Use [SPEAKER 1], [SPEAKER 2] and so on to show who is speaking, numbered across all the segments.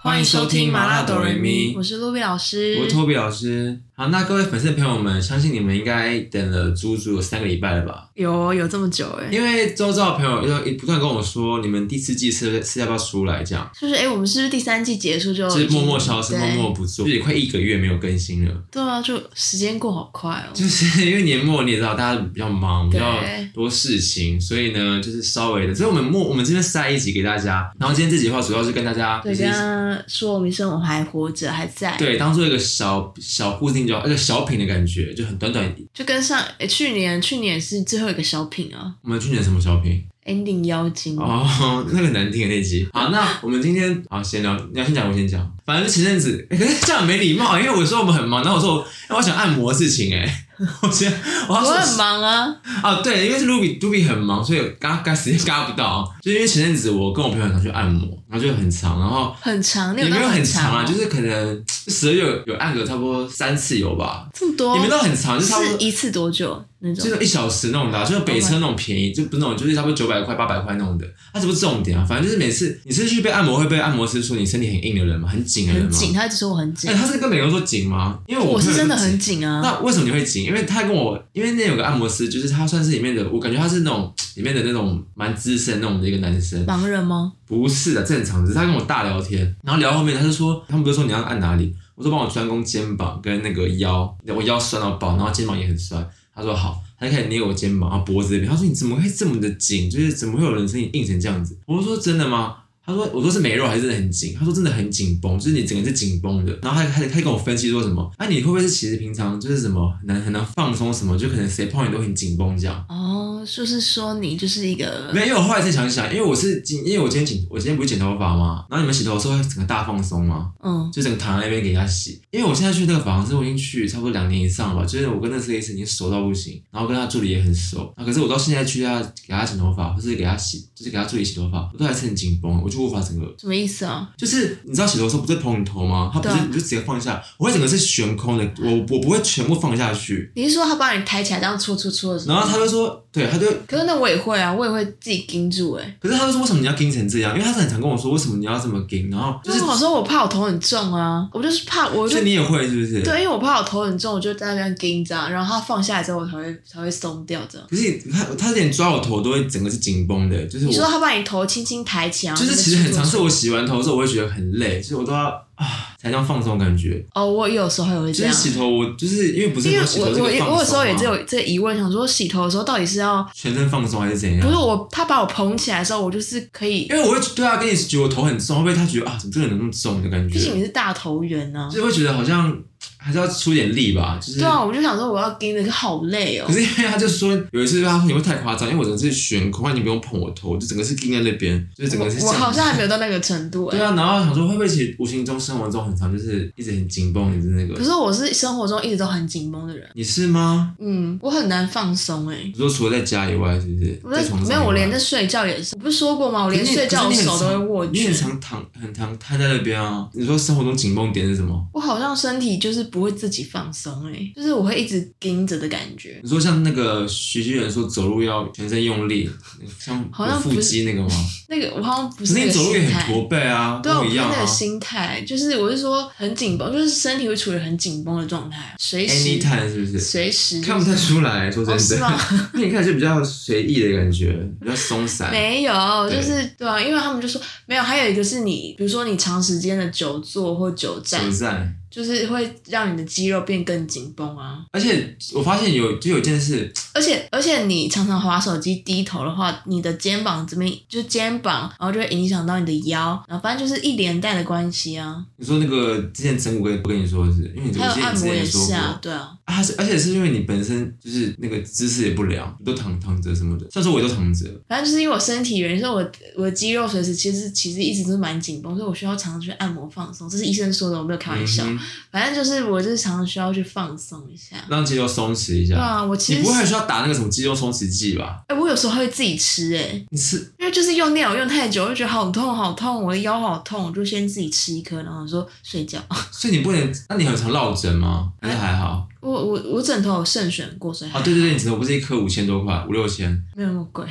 [SPEAKER 1] 欢迎收听麻辣哆瑞咪
[SPEAKER 2] 我是露比老师，
[SPEAKER 1] 我是托比老师。好，那各位粉丝朋友们，相信你们应该等了足足有三个礼拜了吧？
[SPEAKER 2] 有有这么久哎、
[SPEAKER 1] 因为周遭的朋友要不断跟我说，你们第四季是是要不要出来？这样
[SPEAKER 2] 就是哎、我们是不是第三季结束就
[SPEAKER 1] 就是
[SPEAKER 2] 已经
[SPEAKER 1] 默默消失，
[SPEAKER 2] 哦对
[SPEAKER 1] 默默不做，就是也快一个月没有更新了。
[SPEAKER 2] 对啊，就时间过好快哦。
[SPEAKER 1] 就是因为年末你也知道，大家比较忙，比
[SPEAKER 2] 对
[SPEAKER 1] 较多事情，所以呢，就是稍微的。所以我们默我们这边塞一集给大家，然后今天这集的话主要是跟大家就
[SPEAKER 2] 对，
[SPEAKER 1] 是
[SPEAKER 2] 跟他说我们生我还活着，还在，
[SPEAKER 1] 对当做一个小小固定就好，一个小品的感觉，就很短短。
[SPEAKER 2] 就跟上、哎去年，去年是最后一个小品啊
[SPEAKER 1] 我们去年什么小品？
[SPEAKER 2] ，ending 妖精，
[SPEAKER 1] 哦， 那个难听的那集。好，那我们今天好先聊，你要先讲，我先讲。反正前阵子， 欸可是这样很没礼貌，因为我说我们很忙，然后我说我、欸我想按摩的事情、欸，哎， 我先我要
[SPEAKER 2] 我
[SPEAKER 1] 说
[SPEAKER 2] 很忙啊，
[SPEAKER 1] 啊，对，因为是 Ruby Ruby 很忙，所以嘎嘎时间嘎不到，就因为前阵子我跟我朋友很常去按摩，然后就很长，然后。
[SPEAKER 2] 很长，你
[SPEAKER 1] 也没
[SPEAKER 2] 到
[SPEAKER 1] 有很长啊，
[SPEAKER 2] 哦
[SPEAKER 1] 就是可能十二月有有按个差不多三次有吧，
[SPEAKER 2] 这么多，
[SPEAKER 1] 也没到很长，就差不多
[SPEAKER 2] 哦是一次多久那种
[SPEAKER 1] 就？是一小时那种
[SPEAKER 2] Oh
[SPEAKER 1] 的啊、就是北车那种便宜，就不是那种，就是差不多九百块、八百块那种的。它只不过重点啊，反正就是每次你是去被按摩，会被按摩师说你身体很硬的人吗？很紧的人
[SPEAKER 2] 很
[SPEAKER 1] 吗？
[SPEAKER 2] 紧，他一直说我很紧
[SPEAKER 1] 哎、，他是跟每个人说紧吗？因为我
[SPEAKER 2] 我是
[SPEAKER 1] 朋友
[SPEAKER 2] 真的
[SPEAKER 1] 就
[SPEAKER 2] 很。紧啊，
[SPEAKER 1] 那为什么你会紧？因为他跟我，因为那有个按摩师，就是他算是里面的，我感觉他是那种里面的那种蛮资深那种的一个男生，
[SPEAKER 2] 盲人吗？
[SPEAKER 1] 不是的，正常。只是他跟我大聊天，然后聊到后面，他就说，他们不是说你要按哪里？我说帮我专攻肩膀跟那个腰，我腰酸到爆，然后肩膀也很酸。他说好，他就开始捏我肩膀，然后脖子这边。他说你怎么会这么的紧？就是怎么会有人身体硬成这样子？我说真的吗？他说我说是没肉还是真的很紧？他说真的很紧绷，就是你整个是紧绷的。然后他他他跟我分析说什么？啊，你会不会是其实平常就是什么很难很难放松什么？就可能谁碰你都很紧绷这样。
[SPEAKER 2] 哦，就是说你就是一个
[SPEAKER 1] 没有，因为我后来才想一想，因为我是今，因为我今天剪，我今天不是剪头发吗？然后你们洗头的时候会整个大放松吗？
[SPEAKER 2] 嗯，
[SPEAKER 1] 就整个躺在那边给人家洗。因为我现在去那个发廊师，我已经去差不多两年以上了吧，就是我跟那设计师已经熟到不行，然后跟他助理也很熟。啊，可是我到现在去他给他剪头发，或是给他洗，就是给他助理洗头发，我都还是很紧绷，我就无法整个。
[SPEAKER 2] 什么意思啊？
[SPEAKER 1] 就是你知道洗头的时候不是捧你头吗？他不是
[SPEAKER 2] 对啊
[SPEAKER 1] 你就直接放下，我会整个是悬空的，我我不会全部放下去。
[SPEAKER 2] 你是说他把你抬起来这样戳戳戳的时候？
[SPEAKER 1] 然后他就说，对，他就
[SPEAKER 2] 可是那我也会啊，我也会自己盯住哎、欸。
[SPEAKER 1] 可是他就说为什么你要盯成这样？因为他是很常跟我说为什么你要这么盯，然后就
[SPEAKER 2] 就是是，我说我怕我头很重啊，我就是怕我就
[SPEAKER 1] 所以你也会是不是？。
[SPEAKER 2] 对，因为我怕我头很重，我就在那边盯着啊，然后他放下来之后，我才会才会松掉这样。
[SPEAKER 1] 可是你他他连抓我头都会整个是紧绷的，就是
[SPEAKER 2] 你说
[SPEAKER 1] 我
[SPEAKER 2] 他把你头轻轻抬起来，然后
[SPEAKER 1] 就是
[SPEAKER 2] 那边
[SPEAKER 1] 其实很
[SPEAKER 2] 戳戳
[SPEAKER 1] 常是
[SPEAKER 2] 戳
[SPEAKER 1] 我洗完头之后我会觉得很累，所以我都要啊才这样放松的感觉。
[SPEAKER 2] 哦，我有时候也会这
[SPEAKER 1] 就是
[SPEAKER 2] 样。
[SPEAKER 1] 洗头我就是因为不是
[SPEAKER 2] 因
[SPEAKER 1] 很
[SPEAKER 2] 为
[SPEAKER 1] 多洗
[SPEAKER 2] 我
[SPEAKER 1] 头是
[SPEAKER 2] 我
[SPEAKER 1] 会放松啊
[SPEAKER 2] 啊我有时候也
[SPEAKER 1] 嘛
[SPEAKER 2] 只有这个疑问，想说洗头的时候到底是要
[SPEAKER 1] 全身放松还是怎样？
[SPEAKER 2] 啊不是我他把我捧起来的时候，我就是可以
[SPEAKER 1] 因，为我会对啊他跟你觉得我头很重，会不会他觉得啊怎么这个人那么重的感
[SPEAKER 2] 毕竟
[SPEAKER 1] 觉？
[SPEAKER 2] 你是大头圆啊。
[SPEAKER 1] 就会觉得好像还是要出点力吧，就是
[SPEAKER 2] 对啊，我就想说我要盯着，可好累哦
[SPEAKER 1] 可。是因为他就说有一次他说你会太夸张，因为我整个是悬空，你不用捧我头，我就整个是钉在那边，就是整个是
[SPEAKER 2] 我我
[SPEAKER 1] 这样
[SPEAKER 2] 好像还没有到那个程度哎、
[SPEAKER 1] 对啊，然后想说会不会其实无形中生活中很长就是一直很紧绷，你是那
[SPEAKER 2] 欸可
[SPEAKER 1] 个
[SPEAKER 2] 是我是生活中一直都很紧绷的人，
[SPEAKER 1] 你是吗？
[SPEAKER 2] 嗯，我很难放松哎、
[SPEAKER 1] 你说除了在家以外，是不是
[SPEAKER 2] 我
[SPEAKER 1] 在
[SPEAKER 2] 在
[SPEAKER 1] 床上以
[SPEAKER 2] 没
[SPEAKER 1] 外？
[SPEAKER 2] 有，我连在睡觉也是，我不是说过吗？我连
[SPEAKER 1] 可是你
[SPEAKER 2] 睡觉
[SPEAKER 1] 可
[SPEAKER 2] 我
[SPEAKER 1] 是你很
[SPEAKER 2] 手都会
[SPEAKER 1] 常
[SPEAKER 2] 握
[SPEAKER 1] 你
[SPEAKER 2] 拳
[SPEAKER 1] 很。常躺很常瘫在那边啊。你说生活中紧绷点是什么？
[SPEAKER 2] 我好像身体就是不会自己放松哎、就是我会一直盯着的感觉。
[SPEAKER 1] 你说像那个徐熙媛说走路要全身用力，像
[SPEAKER 2] 好像
[SPEAKER 1] 腹
[SPEAKER 2] 不是
[SPEAKER 1] 肌那个吗？
[SPEAKER 2] 那个我好像不
[SPEAKER 1] 可
[SPEAKER 2] 是
[SPEAKER 1] 是
[SPEAKER 2] 那
[SPEAKER 1] 你
[SPEAKER 2] 个
[SPEAKER 1] 走路也
[SPEAKER 2] 心
[SPEAKER 1] 很
[SPEAKER 2] 态，
[SPEAKER 1] 驼背啊，
[SPEAKER 2] 对啊，我
[SPEAKER 1] 跟我
[SPEAKER 2] 不
[SPEAKER 1] 一
[SPEAKER 2] 是
[SPEAKER 1] 样
[SPEAKER 2] 那
[SPEAKER 1] 啊
[SPEAKER 2] 个。心态，就是我是说很紧绷，就是身体会处于很紧绷的状态，随时
[SPEAKER 1] Anytime 是不是？
[SPEAKER 2] 随时
[SPEAKER 1] 看不太出来，说
[SPEAKER 2] 哦
[SPEAKER 1] 真
[SPEAKER 2] 是
[SPEAKER 1] 的，
[SPEAKER 2] 吗
[SPEAKER 1] 因为你看起来就比较随意的感觉，比较松散。
[SPEAKER 2] 没有，
[SPEAKER 1] 对
[SPEAKER 2] 就是对啊，因为他们就说没有，还有一个是你，比如说你长时间的久坐或久站，
[SPEAKER 1] 久站，
[SPEAKER 2] 就是会让你的肌肉变更紧绷啊。
[SPEAKER 1] 而且我发现有就有一件事，
[SPEAKER 2] 而且而且你常常滑手机低头的话，你的肩膀这边就是肩膀，然后就会影响到你的腰，然后反正就是一连带的关系啊。
[SPEAKER 1] 你说那个之前整骨跟我跟你说的是，因为你
[SPEAKER 2] 还
[SPEAKER 1] 我
[SPEAKER 2] 有
[SPEAKER 1] 记得
[SPEAKER 2] 按
[SPEAKER 1] 你之
[SPEAKER 2] 摩
[SPEAKER 1] 前
[SPEAKER 2] 也
[SPEAKER 1] 也说
[SPEAKER 2] 是
[SPEAKER 1] 过，
[SPEAKER 2] 啊，对啊，
[SPEAKER 1] 啊是而且是因为你本身就是那个姿势也不良，都躺躺着什么的。虽然说我也都躺着，
[SPEAKER 2] 反正就是因为我身体原因，所以我我的肌肉随时其实其实一直都是蛮紧绷，所以我需要常常去按摩放松，这是医生说的，我没有开玩笑。
[SPEAKER 1] 嗯哼，
[SPEAKER 2] 反正就是我就是常常需要去放松一下。
[SPEAKER 1] 让肌肉松弛一
[SPEAKER 2] 对
[SPEAKER 1] 下。
[SPEAKER 2] 啊，我其
[SPEAKER 1] 你
[SPEAKER 2] 实
[SPEAKER 1] 不会还
[SPEAKER 2] 是
[SPEAKER 1] 需要打那个什么肌肉松弛剂吧？
[SPEAKER 2] 哎、我有时候会自己吃哎、
[SPEAKER 1] 你是
[SPEAKER 2] 因为就是用电脑用太久，我就觉得好痛好痛，我的腰好痛，我就先自己吃一颗，然后说睡觉。
[SPEAKER 1] 所以你不能？那你很常落枕吗？还是还好？
[SPEAKER 2] 我我我枕头有慎选过，所以还
[SPEAKER 1] 啊，对对对，你枕头不是一颗五千多块，五六千。
[SPEAKER 2] 没有那么贵。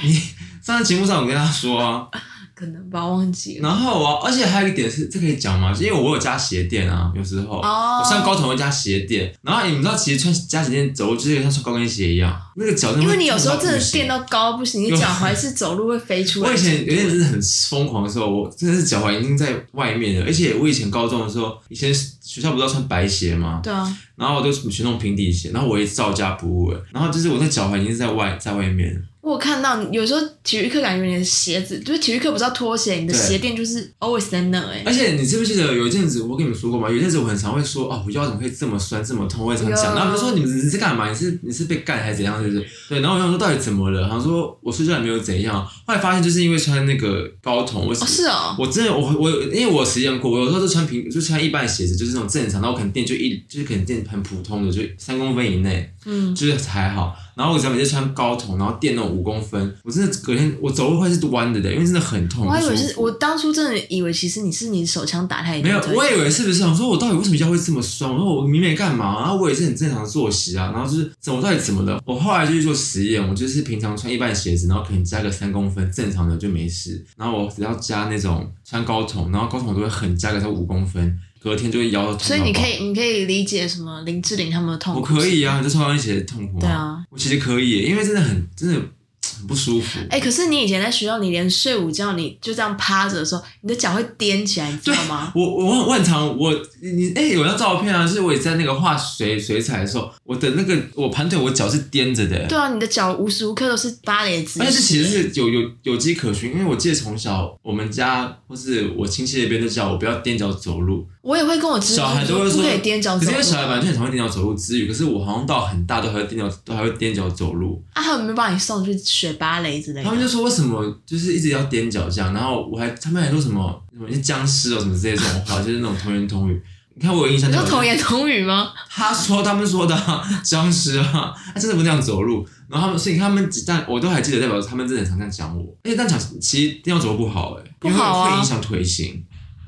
[SPEAKER 1] 上次节目上我跟他说啊，
[SPEAKER 2] 可能吧，忘记了。
[SPEAKER 1] 然后我，而且还有一点是，这可以讲吗？因为我有加鞋垫啊，有时候、
[SPEAKER 2] 哦
[SPEAKER 1] 我上高筒会加鞋垫。然后你们知道，其实穿加鞋垫走路就是像穿高跟鞋一样，那个脚真的
[SPEAKER 2] 因
[SPEAKER 1] 会
[SPEAKER 2] 为你有时候
[SPEAKER 1] 痛到
[SPEAKER 2] 真的
[SPEAKER 1] 不行
[SPEAKER 2] 垫到高不行，你
[SPEAKER 1] 有
[SPEAKER 2] 脚踝是走路会飞出来。
[SPEAKER 1] 我以前有点真的很疯狂的时候，我真的是脚踝已经在外面了，而且我以前高中的时候，以前学校不是要穿白鞋吗？
[SPEAKER 2] 对啊，
[SPEAKER 1] 然后我都去弄平底鞋，然后我也照家不误了，然后就是我的脚踝已经是在外在外面了，
[SPEAKER 2] 我有看到有时候体育课感觉你的鞋子，就是体育课不是要脱鞋，你的
[SPEAKER 1] 对
[SPEAKER 2] 鞋垫就是 always 在那哎、
[SPEAKER 1] 而且你记不记得有一阵子我跟你们说过吗？有一阵子我很常会说哦，我腰怎么会这么酸这么痛，我也常
[SPEAKER 2] 有啊
[SPEAKER 1] 讲。然后他们说你们你是干嘛？你是你是被干还是怎样？就是对。然后我想说到底怎么了？好像说我睡觉也没有怎样。后来发现就是因为穿那个高筒，我
[SPEAKER 2] 哦，是哦，
[SPEAKER 1] 我真的我我因为我有实验过，我有时候就穿平就穿一般的鞋子，就是那种正常，然后我可能垫就一就是可能垫很普通的，就三公分以内，
[SPEAKER 2] 嗯，
[SPEAKER 1] 就是还好。然后我只要每次穿高筒，然后垫那种五公分，我真的隔天我走路会是弯的的，因为真的很痛。
[SPEAKER 2] 我还以为
[SPEAKER 1] 不舒
[SPEAKER 2] 是
[SPEAKER 1] 服
[SPEAKER 2] 我当初真的以为其实你是你手枪打太
[SPEAKER 1] 没
[SPEAKER 2] 多
[SPEAKER 1] 有，
[SPEAKER 2] 对
[SPEAKER 1] 我以为是不是想说，我到底为什么腰会这么酸？我说我明明没干嘛，然啊后我也是很正常的作息啊，然后就是怎么我到底怎么了？我后来就去做实验，我就是平常穿一般的鞋子，然后可能加个三公分，正常的就没事。然后我只要加那种穿高筒，然后高筒都会很加个才五公分，隔天就会腰痛。
[SPEAKER 2] 所以你可，以你可以理解什么林志玲他们的痛
[SPEAKER 1] 我
[SPEAKER 2] 苦，
[SPEAKER 1] 可以啊，你就穿高跟鞋的痛苦
[SPEAKER 2] 对，啊，
[SPEAKER 1] 我其实可以，因为真的很真的很不舒服。
[SPEAKER 2] 哎、可是你以前在学校，你连睡午觉，你就这样趴着的时候，你的脚会踮起来，你知道吗？
[SPEAKER 1] 我我我很常我你你哎、有张照片啊，就是我也在那个画水水彩的时候，我的那个我盘腿，我脚是踮着的、
[SPEAKER 2] 对啊，你的脚无时无刻都是芭蕾姿
[SPEAKER 1] 但是
[SPEAKER 2] 势。
[SPEAKER 1] 其实是有有有迹可循，因为我记得从小我们家或是我亲戚那边都叫我不要踮脚走路，
[SPEAKER 2] 我也会跟我侄子
[SPEAKER 1] 小孩都会
[SPEAKER 2] 嗯不
[SPEAKER 1] 说
[SPEAKER 2] 可以踮脚走
[SPEAKER 1] 可是因为小
[SPEAKER 2] 路，
[SPEAKER 1] 孩本来就很常会踮脚走路之余，可是我好像到很大都还会踮脚都还会踮脚走路。
[SPEAKER 2] 啊，他们没有把你送去学芭蕾之类
[SPEAKER 1] 他们
[SPEAKER 2] 的。
[SPEAKER 1] 就说为什么就是一直要踮脚这样，然后我还他们还说什么什么你是僵尸哦什么之类的这种话，就是那种童言童语。你看我有印象，
[SPEAKER 2] 你
[SPEAKER 1] 那
[SPEAKER 2] 说
[SPEAKER 1] 种。
[SPEAKER 2] 童言童语吗？
[SPEAKER 1] 他说他们说的、 啊、僵尸啊，他真的不那样走路。然后他们，所以他们，但我都还记得，代表他们真的很常这样讲我。而且但讲其实那样走路不好哎、
[SPEAKER 2] 不好啊
[SPEAKER 1] 因为会影响腿型。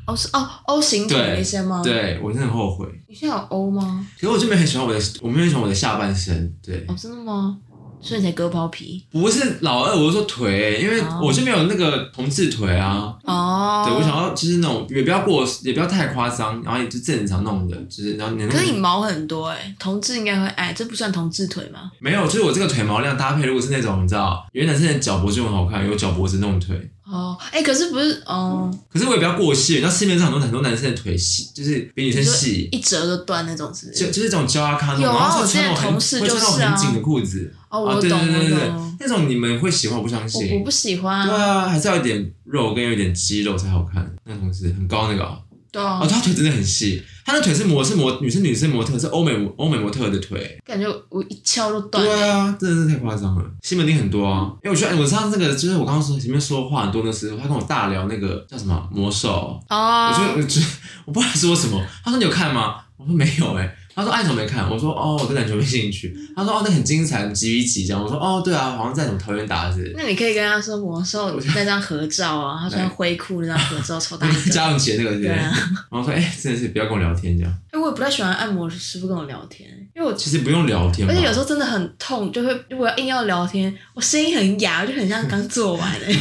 [SPEAKER 2] 哦，是哦，O 型腿
[SPEAKER 1] 对
[SPEAKER 2] 那些吗？，
[SPEAKER 1] 对我真的很后悔。
[SPEAKER 2] 你现在有 O 吗？
[SPEAKER 1] 可是我就没很喜欢我的，我没有很喜欢我的下半身。对，
[SPEAKER 2] 哦，真的吗？所以你才割包皮
[SPEAKER 1] 不是老二，我是说腿、因为
[SPEAKER 2] 哦
[SPEAKER 1] 我就没有那个同志腿啊。
[SPEAKER 2] 哦。
[SPEAKER 1] 对，我想要就是那种也不要过，也不要太夸张，然后也就正常那种的，就是然后你那
[SPEAKER 2] 可
[SPEAKER 1] 种
[SPEAKER 2] 是你毛很多哎、同志应该会爱，这不算同志腿吗？
[SPEAKER 1] 没有，就是我这个腿毛量搭配，如果是那种你知道，有些男生的脚脖就很好看，有脚脖子那种腿。
[SPEAKER 2] 哦，哎、可是不是哦，
[SPEAKER 1] 可是我也不要过细，那市面上很多很多男生的腿细，就是比女生细，
[SPEAKER 2] 一折就断那种之类
[SPEAKER 1] 就
[SPEAKER 2] 的。
[SPEAKER 1] 就是这种胶阿康那
[SPEAKER 2] 有
[SPEAKER 1] 种，
[SPEAKER 2] 啊
[SPEAKER 1] 然后穿那
[SPEAKER 2] 我
[SPEAKER 1] 种
[SPEAKER 2] 之前
[SPEAKER 1] 很
[SPEAKER 2] 同事
[SPEAKER 1] 会
[SPEAKER 2] 就
[SPEAKER 1] 穿那
[SPEAKER 2] 是啊
[SPEAKER 1] 种很紧的裤子
[SPEAKER 2] 哦，
[SPEAKER 1] 啊，
[SPEAKER 2] 我
[SPEAKER 1] 对
[SPEAKER 2] 懂，
[SPEAKER 1] 对对
[SPEAKER 2] 我
[SPEAKER 1] 对对
[SPEAKER 2] 懂。，
[SPEAKER 1] 那种你们会喜欢，我不相
[SPEAKER 2] 我我
[SPEAKER 1] 信
[SPEAKER 2] 不。喜欢
[SPEAKER 1] 对
[SPEAKER 2] 啊。
[SPEAKER 1] 啊，还是要有点肉跟有点肌肉才好看。那同事很高那个哦，
[SPEAKER 2] 对啊
[SPEAKER 1] 哦，他腿真的很细，他那腿是模是模女生女生模特，是欧美欧美模特的腿。
[SPEAKER 2] 感觉我一敲就断。
[SPEAKER 1] 对啊，真的是太夸张了。新门町很多啊，因为我觉得哎我上次那个就是我刚刚说前面说话很多的时候，他跟我大聊那个叫什么魔兽，我就
[SPEAKER 2] 哦，
[SPEAKER 1] 我就我不知道说什么。他说你有看吗？我说没有哎、他说爱什么没看？我说哦，我对篮球没兴趣。他说哦，那很精彩，几比几这样。我说哦，对啊，好像在什么桃园打的是。
[SPEAKER 2] 那你可以跟他说魔兽那张合照啊，他穿灰裤那张合照超大一个。
[SPEAKER 1] 嘉永哎杰那个是不是，
[SPEAKER 2] 对啊
[SPEAKER 1] 然，后说哎、真的是不要跟我聊天这样。
[SPEAKER 2] 哎，我也不太喜欢按摩师傅跟我聊天，因为我
[SPEAKER 1] 其实不用聊天吧，
[SPEAKER 2] 而且有时候真的很痛，就会如果要硬要聊天，我声音很哑，就很像刚做完、 欸，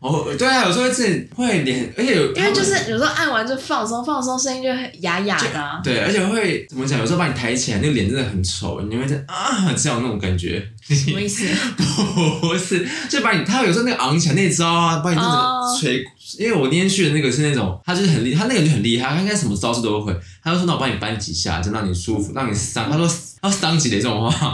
[SPEAKER 1] 哦，对啊，有时候会自己会脸，而且有
[SPEAKER 2] 因为就是有时候按完就放松，放松声音就很哑哑的啊、
[SPEAKER 1] 对，而且会怎么讲？有时候把你抬起来，那个脸真的很丑，你会在啊这样那种感觉，
[SPEAKER 2] 什么意 思？
[SPEAKER 1] 不是，就把你他有时候那个昂起来那招啊，把你那
[SPEAKER 2] 哦
[SPEAKER 1] 个捶。因为我那天去的那个是那种，他就是很厉，他那个就很厉害，他应该什么招式都会，他就说那我帮你搬几下，就让你舒服，让你伤。他说要伤几的这种话，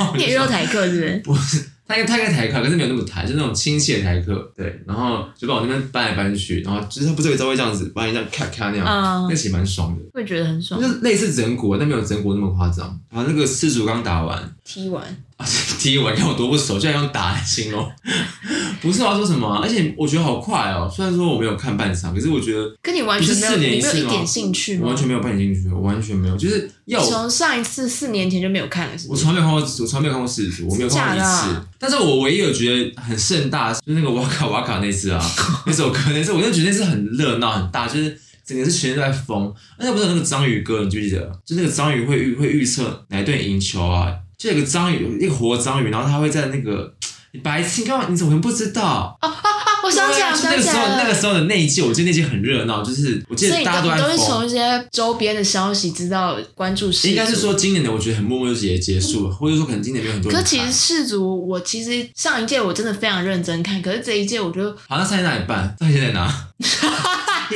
[SPEAKER 1] 哦
[SPEAKER 2] 你也遇到台客是不 是？
[SPEAKER 1] 他应该他应该抬课，可是没有那么抬，就那种轻卸抬课。对，然后就把我那边搬来搬去，然后就是他不是有一招会这样子，把你这样咔咔那样，
[SPEAKER 2] 嗯
[SPEAKER 1] 那其实蛮爽的。
[SPEAKER 2] 会觉得很爽
[SPEAKER 1] 就。是类似整骨，但没有整骨那么夸张。然后那个四足刚打完
[SPEAKER 2] 踢完，
[SPEAKER 1] 啊， 踢完看我多不熟，居然用打来形容， 不是我要说什么啊、而且我觉得好快哦，虽然说我没有看半场，可是我觉得
[SPEAKER 2] 可你完全没有，
[SPEAKER 1] 不是四
[SPEAKER 2] 你
[SPEAKER 1] 年
[SPEAKER 2] 没
[SPEAKER 1] 一
[SPEAKER 2] 有
[SPEAKER 1] 次吗
[SPEAKER 2] 一点兴趣
[SPEAKER 1] 我
[SPEAKER 2] 吗
[SPEAKER 1] 完？全没有半点兴趣，我完全没有，就是要我
[SPEAKER 2] 从上一次四年前就没有看了，是不
[SPEAKER 1] 我
[SPEAKER 2] 是？
[SPEAKER 1] 从来没有看过，我从来没有看过四足，我没有看过一
[SPEAKER 2] 假的
[SPEAKER 1] 次
[SPEAKER 2] 啊。
[SPEAKER 1] 但是我唯一有觉得很盛大，就是那个瓦卡瓦卡那次啊， 那首歌那次，我就觉得那次很热闹很大，就是整个是全都在疯。而且不是有那个章鱼哥，你记不记得？就那个章鱼会预会预测哪一队赢球啊？就有个章鱼，一个活章鱼，然后他会在那个你白痴，你干嘛？你怎么可能不知道？
[SPEAKER 2] 我哦想起来，我
[SPEAKER 1] 对
[SPEAKER 2] 想
[SPEAKER 1] 啊就那个
[SPEAKER 2] 起
[SPEAKER 1] 时候
[SPEAKER 2] 来
[SPEAKER 1] 那
[SPEAKER 2] 了
[SPEAKER 1] 个。时候的那一届，我记得那届很热闹，就是我记
[SPEAKER 2] 所以
[SPEAKER 1] 得
[SPEAKER 2] 你
[SPEAKER 1] 大家都
[SPEAKER 2] 都
[SPEAKER 1] 在
[SPEAKER 2] 是
[SPEAKER 1] 疯
[SPEAKER 2] 从一些周边的消息知道关注世足，
[SPEAKER 1] 应该是说今年的，我觉得很默默就也结束了，或者说可能今年没有很多
[SPEAKER 2] 可
[SPEAKER 1] 人
[SPEAKER 2] 是其
[SPEAKER 1] 看
[SPEAKER 2] 实世足，我其实上一届我真的非常认真看，可是这一届我就
[SPEAKER 1] 好像上一届哪里办？上一届 在哪？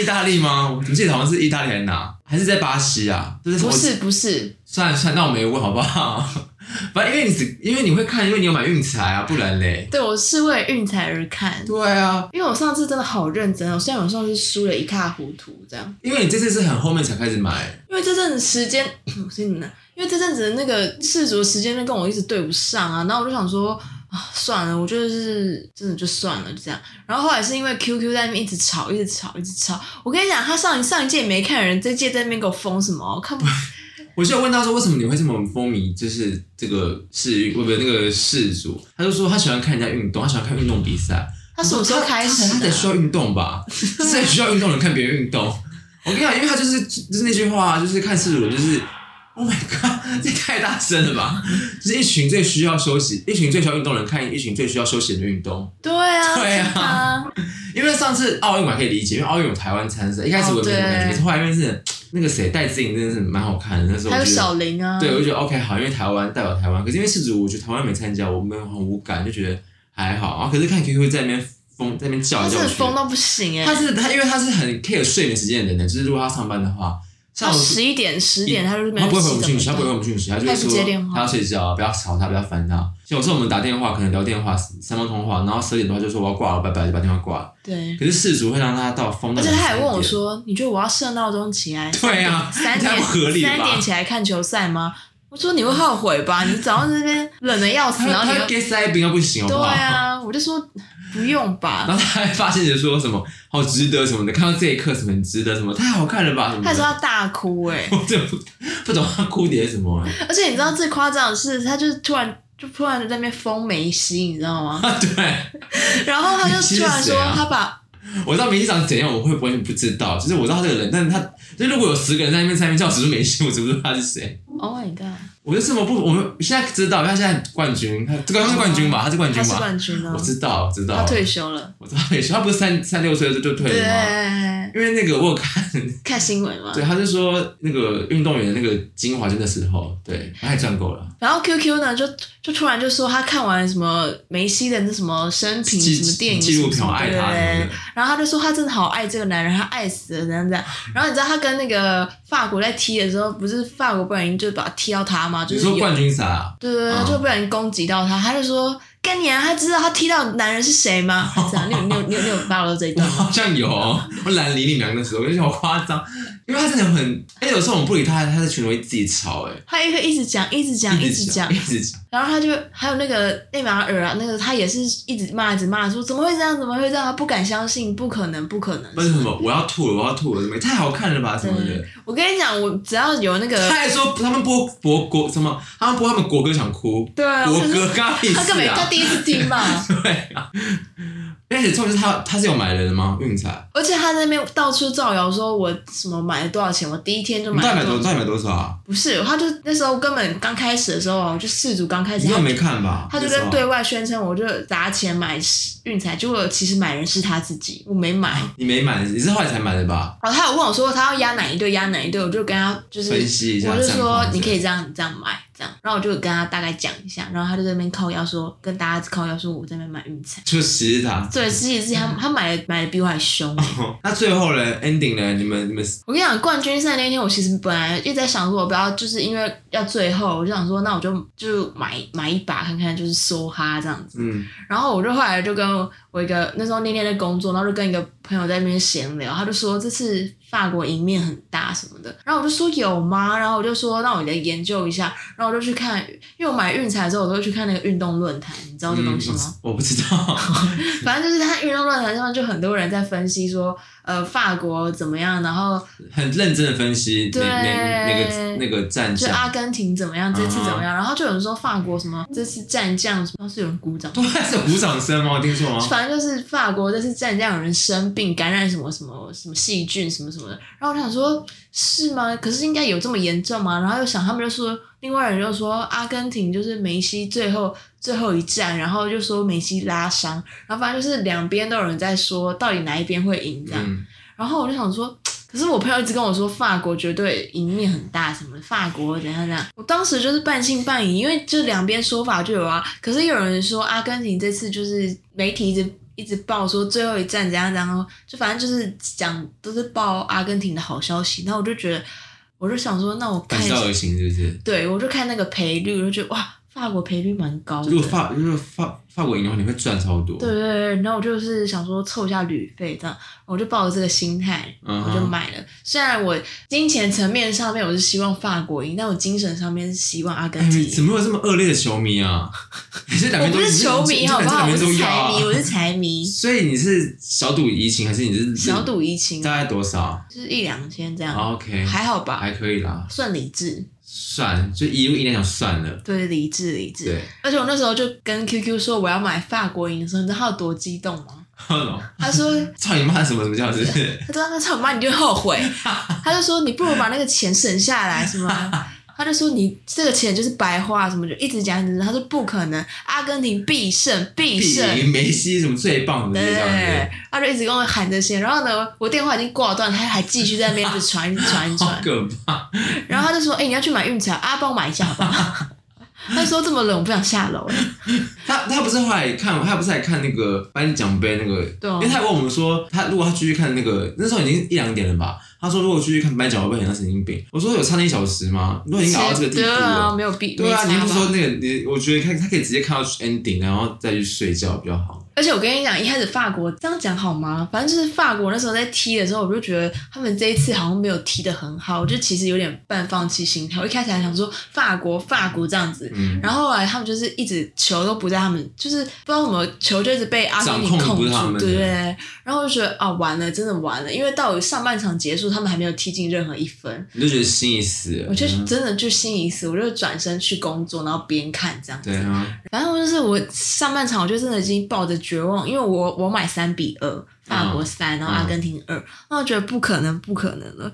[SPEAKER 1] 意大利吗？我记得好像是意大利还是哪？还是在巴西啊？就是
[SPEAKER 2] 不
[SPEAKER 1] 我
[SPEAKER 2] 是不是，
[SPEAKER 1] 算了算了，那我没问好不好？ 反正因为你只因为你会看，因为你有买运彩啊，不然嘞。
[SPEAKER 2] 对我是为了运彩而看，
[SPEAKER 1] 对啊，
[SPEAKER 2] 因为我上次真的好认真哦，虽然我上次输的一塌糊涂这样，
[SPEAKER 1] 因为你这次是很后面才开始买，
[SPEAKER 2] 因为这阵子时间， 我先呢，因为这阵子的那个世足的时间就跟我一直对不上啊，然后我就想说啊算了，我就是真的就算了就这样，然后后来是因为 QQ 在那边一直吵，一直吵，一直吵，我跟你讲，他上一上一届没看人，这届在那边给我疯什么，我 看不
[SPEAKER 1] 我就有问他说为什么你会这么风靡，就是这个世运，不不那个世足，他就说他喜欢看人家运动，他喜欢看运动比赛。
[SPEAKER 2] 他什么时候开始、啊
[SPEAKER 1] 他他得需要运 动吧，是在需要运动的看别人运动。我跟你讲，因为他就是就是那句话，就是看世主，就是 Oh my God，这太大声 了吧！就是一群最需要休息、一群最需要运动的人看一群最需要休闲的运动。
[SPEAKER 2] 对啊，
[SPEAKER 1] 对啊
[SPEAKER 2] 是他
[SPEAKER 1] 因为上次奥运我还可以理解，因为奥运有台湾参赛，一开始我也没什么感
[SPEAKER 2] 哦
[SPEAKER 1] 觉，
[SPEAKER 2] 对
[SPEAKER 1] 可是后来因为是那个谁戴资颖真的是蛮好看的，那时候
[SPEAKER 2] 还
[SPEAKER 1] 我
[SPEAKER 2] 有
[SPEAKER 1] 觉得。
[SPEAKER 2] 小林啊，
[SPEAKER 1] 对，我就觉得 OK 好，因为台湾代表台湾，可是因为世足，我觉得台湾没参加，我没有很无感，就觉得还好。然后可是看 QQ 在那边疯，在那边叫
[SPEAKER 2] 他
[SPEAKER 1] 来
[SPEAKER 2] 真
[SPEAKER 1] 叫
[SPEAKER 2] 的
[SPEAKER 1] 去，
[SPEAKER 2] 疯到不行哎、
[SPEAKER 1] 他是他，因为他是很 care 睡眠时间的人呢，就是如果他上班的话，像
[SPEAKER 2] 他
[SPEAKER 1] 我
[SPEAKER 2] 十一点十点他就是没
[SPEAKER 1] 他不会回
[SPEAKER 2] 洗
[SPEAKER 1] 我们
[SPEAKER 2] 澡
[SPEAKER 1] 讯息，他不会回我们讯息，他就会
[SPEAKER 2] 他也不接电
[SPEAKER 1] 说
[SPEAKER 2] 话
[SPEAKER 1] 他要睡觉，不要吵他，不要烦他。像有时候我们打电话，可能聊电话，三方通话，然后十点多他就说我要挂了，拜拜，就把电话挂了。
[SPEAKER 2] 对，
[SPEAKER 1] 可是事主会让他到疯到，
[SPEAKER 2] 而且他还问我，说：“你觉得我要设闹钟起来？
[SPEAKER 1] 对啊
[SPEAKER 2] 三
[SPEAKER 1] 这
[SPEAKER 2] 点
[SPEAKER 1] 样不合理吧
[SPEAKER 2] 三点起来看球赛吗？”我说：“你会后悔吧？你早上这边冷的要死，
[SPEAKER 1] 他
[SPEAKER 2] 然后你
[SPEAKER 1] 他
[SPEAKER 2] 又
[SPEAKER 1] get 塞饼都不行，好
[SPEAKER 2] 对
[SPEAKER 1] 不好？
[SPEAKER 2] 啊。”我就说：“不用吧
[SPEAKER 1] 然。后他还发现就说什么好值得什么的，看到这一刻什么很值得什么，太好看了吧什”么
[SPEAKER 2] 他说
[SPEAKER 1] 的。
[SPEAKER 2] 他大哭哎、
[SPEAKER 1] 我真的不不懂他哭点是什么、欸，
[SPEAKER 2] 而且你知道最夸张的是，他就是突然就突然在那边疯梅西，你知道吗？
[SPEAKER 1] 对。
[SPEAKER 2] 然后他就
[SPEAKER 1] 梅西是
[SPEAKER 2] 突然
[SPEAKER 1] 谁
[SPEAKER 2] 说
[SPEAKER 1] 啊
[SPEAKER 2] 他把
[SPEAKER 1] 我知道梅西长怎样，我会不会不知道？就是我知道他这个人，但是他就如果有十个人在那边在那边叫我指出梅西，我指不出他是谁。
[SPEAKER 2] Oh my god，
[SPEAKER 1] 我就这么不，我们现在知道他现在冠军，他这个他是冠军吧？他是冠军
[SPEAKER 2] 他是
[SPEAKER 1] 吧？
[SPEAKER 2] 冠军啊
[SPEAKER 1] 我！知道，我知道
[SPEAKER 2] 他，退休了，
[SPEAKER 1] 我知道退休，他不是三三六岁就就退了吗？因为那个我有看，
[SPEAKER 2] 看新闻嘛。
[SPEAKER 1] 对，他就说那个运动员那个精华就那时候，对，他也赚够了，
[SPEAKER 2] 然后 QQ 呢，就就突然就说他看完什么梅西的那什么生平
[SPEAKER 1] 纪
[SPEAKER 2] 什么电影
[SPEAKER 1] 纪录片
[SPEAKER 2] 什么
[SPEAKER 1] 爱他
[SPEAKER 2] 对
[SPEAKER 1] 什么的，
[SPEAKER 2] 然后他就说他真的好爱这个男人，他爱死了，怎样怎样。然后你知道他跟那个法国在踢的时候，不是法国不小心就把他踢到他吗？就
[SPEAKER 1] 你
[SPEAKER 2] 是
[SPEAKER 1] 说
[SPEAKER 2] 有
[SPEAKER 1] 冠军赛啊？
[SPEAKER 2] 对对
[SPEAKER 1] 嗯
[SPEAKER 2] 对，就不小心攻击到他，他就说干你啊！他知道他踢到的男人是谁 吗？这样，你有你有你有你有 follow 这一
[SPEAKER 1] 我
[SPEAKER 2] 段吗？
[SPEAKER 1] 好 像有，我懒得理你们两个的时候，我就觉得好夸张，因为他真的很，而且有时候我们不理他，他在群里会自己吵、欸，
[SPEAKER 2] 他一个一直讲，一直
[SPEAKER 1] 哎，
[SPEAKER 2] 讲，一直讲
[SPEAKER 1] 一，直讲。
[SPEAKER 2] 然后他就还有那个内马尔啊，那个他也是一直骂，一直骂说怎么会这样，怎么会这样，他不敢相信，不可能，不可能。
[SPEAKER 1] 不是什么，我要吐了，我要吐了，什么太好看了吧，什么的
[SPEAKER 2] 对。，我跟你讲，我只要有那
[SPEAKER 1] 他
[SPEAKER 2] 个，
[SPEAKER 1] 还说他们播播国什么，他们播他们国歌想哭，
[SPEAKER 2] 对啊，
[SPEAKER 1] 国
[SPEAKER 2] 我就是
[SPEAKER 1] 歌干屁
[SPEAKER 2] 他根
[SPEAKER 1] 事
[SPEAKER 2] 本他
[SPEAKER 1] 啊！
[SPEAKER 2] 第一次听嘛，
[SPEAKER 1] 对啊，而且重点是他他是有买人的吗？运彩，
[SPEAKER 2] 而且他在那边到处造谣说我什么买了多少钱，我第一天就
[SPEAKER 1] 你
[SPEAKER 2] 买
[SPEAKER 1] 到底
[SPEAKER 2] 了
[SPEAKER 1] 买多，
[SPEAKER 2] 多
[SPEAKER 1] 你
[SPEAKER 2] 少，
[SPEAKER 1] 到底买多少啊？
[SPEAKER 2] 不是，他就那时候根本刚开始的时候啊，我就世足刚开始，
[SPEAKER 1] 你又
[SPEAKER 2] 他
[SPEAKER 1] 没看吧？
[SPEAKER 2] 他就
[SPEAKER 1] 那时
[SPEAKER 2] 跟
[SPEAKER 1] 候
[SPEAKER 2] 对，外宣称我就砸钱买运彩，结果其实买人是他自己，我没买。
[SPEAKER 1] 你没买，你是后来才买的吧？
[SPEAKER 2] 然后他有问我说他要压哪一队，压哪一队，我就跟他就是
[SPEAKER 1] 分析一
[SPEAKER 2] 嗯
[SPEAKER 1] 下
[SPEAKER 2] 我就
[SPEAKER 1] 战况
[SPEAKER 2] 说
[SPEAKER 1] 之类的
[SPEAKER 2] 你可以这样你这样买这样，然后我就跟他大概讲一下，然后他就在那边靠腰说跟大家靠腰说我在那边买运彩，
[SPEAKER 1] 就其实他。
[SPEAKER 2] 对，其实是他他买的买的比我还凶。
[SPEAKER 1] 那最后嘞，ending 嘞，你们你们
[SPEAKER 2] 我跟你讲，冠军赛那天我其实本来一直在想说，我不要就是因为要最后，我就想说那我就就买买一把看看，就是梭哈这样子。
[SPEAKER 1] 嗯，
[SPEAKER 2] 然后我就后来就跟我一个那时候念念在工作，然后就跟一个朋友在那边闲聊，他就说这次法国赢面很大什么的，然后我就说有吗？然后我就说那我来研究一下，然后我就去看，因为我买运彩的时候我都会去看那个运动论坛，你知道这东西吗？
[SPEAKER 1] 嗯我我不知道，
[SPEAKER 2] 反正就是他运动论坛上就很多人在分析说，呃，法国怎么样，然后
[SPEAKER 1] 很认真的分析每
[SPEAKER 2] 对
[SPEAKER 1] 每那个那个战
[SPEAKER 2] 就啊
[SPEAKER 1] 将，
[SPEAKER 2] 阿根廷怎么样，这次怎么样，然后就有人说法国什么这次战将什么，然后是有人鼓掌。
[SPEAKER 1] 对，啊是有鼓掌声吗？我听错吗？
[SPEAKER 2] 反正就是法国这次战将有人生病感染什么什么什么细菌什么什么的，然后我就想说，是吗？可是应该有这么严重吗？然后又想他们就说，另外人就说阿根廷就是梅西最后最后一战，然后就说梅西拉伤，然后反正就是两边都有人在说到底哪一边会赢这样。
[SPEAKER 1] 嗯，
[SPEAKER 2] 然后我就想说，可是我朋友一直跟我说法国绝对赢面很大，什么的法国怎样怎样。我当时就是半信半疑，因为就两边说法就有啊。可是有人说阿根廷这次就是媒体一直一直报说最后一战怎样怎样，就反正就是讲都是报阿根廷的好消息。然后我就觉得，我就想说，那我看
[SPEAKER 1] 反
[SPEAKER 2] 一下
[SPEAKER 1] 道，而行是不是？
[SPEAKER 2] 对我就看那个赔率，我就觉得哇，法国赔率蛮高的。
[SPEAKER 1] 如果法如果法法国赢的话，你会赚超多。
[SPEAKER 2] 对对对，然后我就是想说凑一下旅费这样，我就抱着这个心态，
[SPEAKER 1] 嗯
[SPEAKER 2] 我
[SPEAKER 1] 哼
[SPEAKER 2] 就买了。虽然我金钱层面上面我是希望法国赢，但我精神上面是希望阿根
[SPEAKER 1] 哎，
[SPEAKER 2] 廷
[SPEAKER 1] 你怎
[SPEAKER 2] 赢。
[SPEAKER 1] 么会有这么恶劣的球 迷啊？你是两
[SPEAKER 2] 我
[SPEAKER 1] 边都
[SPEAKER 2] 不是球
[SPEAKER 1] 你
[SPEAKER 2] 迷
[SPEAKER 1] 你
[SPEAKER 2] 好不好？
[SPEAKER 1] 你
[SPEAKER 2] 我
[SPEAKER 1] 是两
[SPEAKER 2] 是
[SPEAKER 1] 边都要
[SPEAKER 2] 财迷，
[SPEAKER 1] 啊
[SPEAKER 2] 我是财 迷，
[SPEAKER 1] 所以你是小赌怡情还是你是
[SPEAKER 2] 小赌怡情，
[SPEAKER 1] 大概多少哦
[SPEAKER 2] 就是一两千这样，
[SPEAKER 1] ？OK，
[SPEAKER 2] 还好吧，
[SPEAKER 1] 还可以啦，
[SPEAKER 2] 算理智，
[SPEAKER 1] 算就一路一来讲算了。
[SPEAKER 2] 对，理智理智。
[SPEAKER 1] 对，
[SPEAKER 2] 而且我那时候就跟 QQ 说我要买法国赢的时候，你知道他有多激动吗？他说
[SPEAKER 1] 哦操你妈什么什么叫是不是？
[SPEAKER 2] 他说：“那操你妈，你就会后 悔。”他就说：“你不如把那个钱省下来，什么？” 他就说：“你这个钱就是白花，什么就一直讲，一直讲。”他说：“不可能，阿根廷必胜，必胜。”
[SPEAKER 1] 比梅西什么最棒的这样
[SPEAKER 2] 对，他就一直跟我喊这些，然后呢，我电话已经挂断，他还继续在那边一直传，一直传，一直
[SPEAKER 1] 子， 好
[SPEAKER 2] 传。
[SPEAKER 1] 可怕。
[SPEAKER 2] 然后他就说：“哎、你要去买运彩啊，帮我买一下好不好？” 他说：“这么冷，我不想下楼。
[SPEAKER 1] 他他不是后来看，他不是来看那个颁奖杯那个，
[SPEAKER 2] 对啊
[SPEAKER 1] 因为他问我们说，他如果他继续看那个，那时候已经一两点了吧？他说如果继续看颁奖会不会很像神经病？我说有差那一小时吗？如果已经搞到这个地步
[SPEAKER 2] 对啊，
[SPEAKER 1] 了。
[SPEAKER 2] 没有必
[SPEAKER 1] 对啊，
[SPEAKER 2] 没
[SPEAKER 1] 你
[SPEAKER 2] 差
[SPEAKER 1] 不
[SPEAKER 2] 吧
[SPEAKER 1] 说那个，你我觉得看他可以直接看到 ending，然后再去睡觉比较好。
[SPEAKER 2] 而且我跟你讲，一开始法国这样讲好吗？反正就是法国那时候在踢的时候，我就觉得他们这一次好像没有踢得很好，我就其实有点半放弃心态。我一开始还想说法国法国这样子，
[SPEAKER 1] 嗯，
[SPEAKER 2] 然后后来他们就是一直球都不在他们，就是不知道什么球就一直被阿根廷
[SPEAKER 1] 掌
[SPEAKER 2] 控
[SPEAKER 1] 控不
[SPEAKER 2] 住
[SPEAKER 1] 是他们，的
[SPEAKER 2] 对对对。然后我就觉得啊，完了，真的完了，因为到上半场结束，他们还没有踢进任何一分，
[SPEAKER 1] 你就觉得心已死了。
[SPEAKER 2] 我就
[SPEAKER 1] 嗯
[SPEAKER 2] 真的就心已死，我就转身去工作，然后边看这样子
[SPEAKER 1] 对。啊，
[SPEAKER 2] 反正就是我上半场我就真的已经抱着绝望，因为我我买三比二，法国三，然后阿根廷二，那我觉得不可能，不可能了。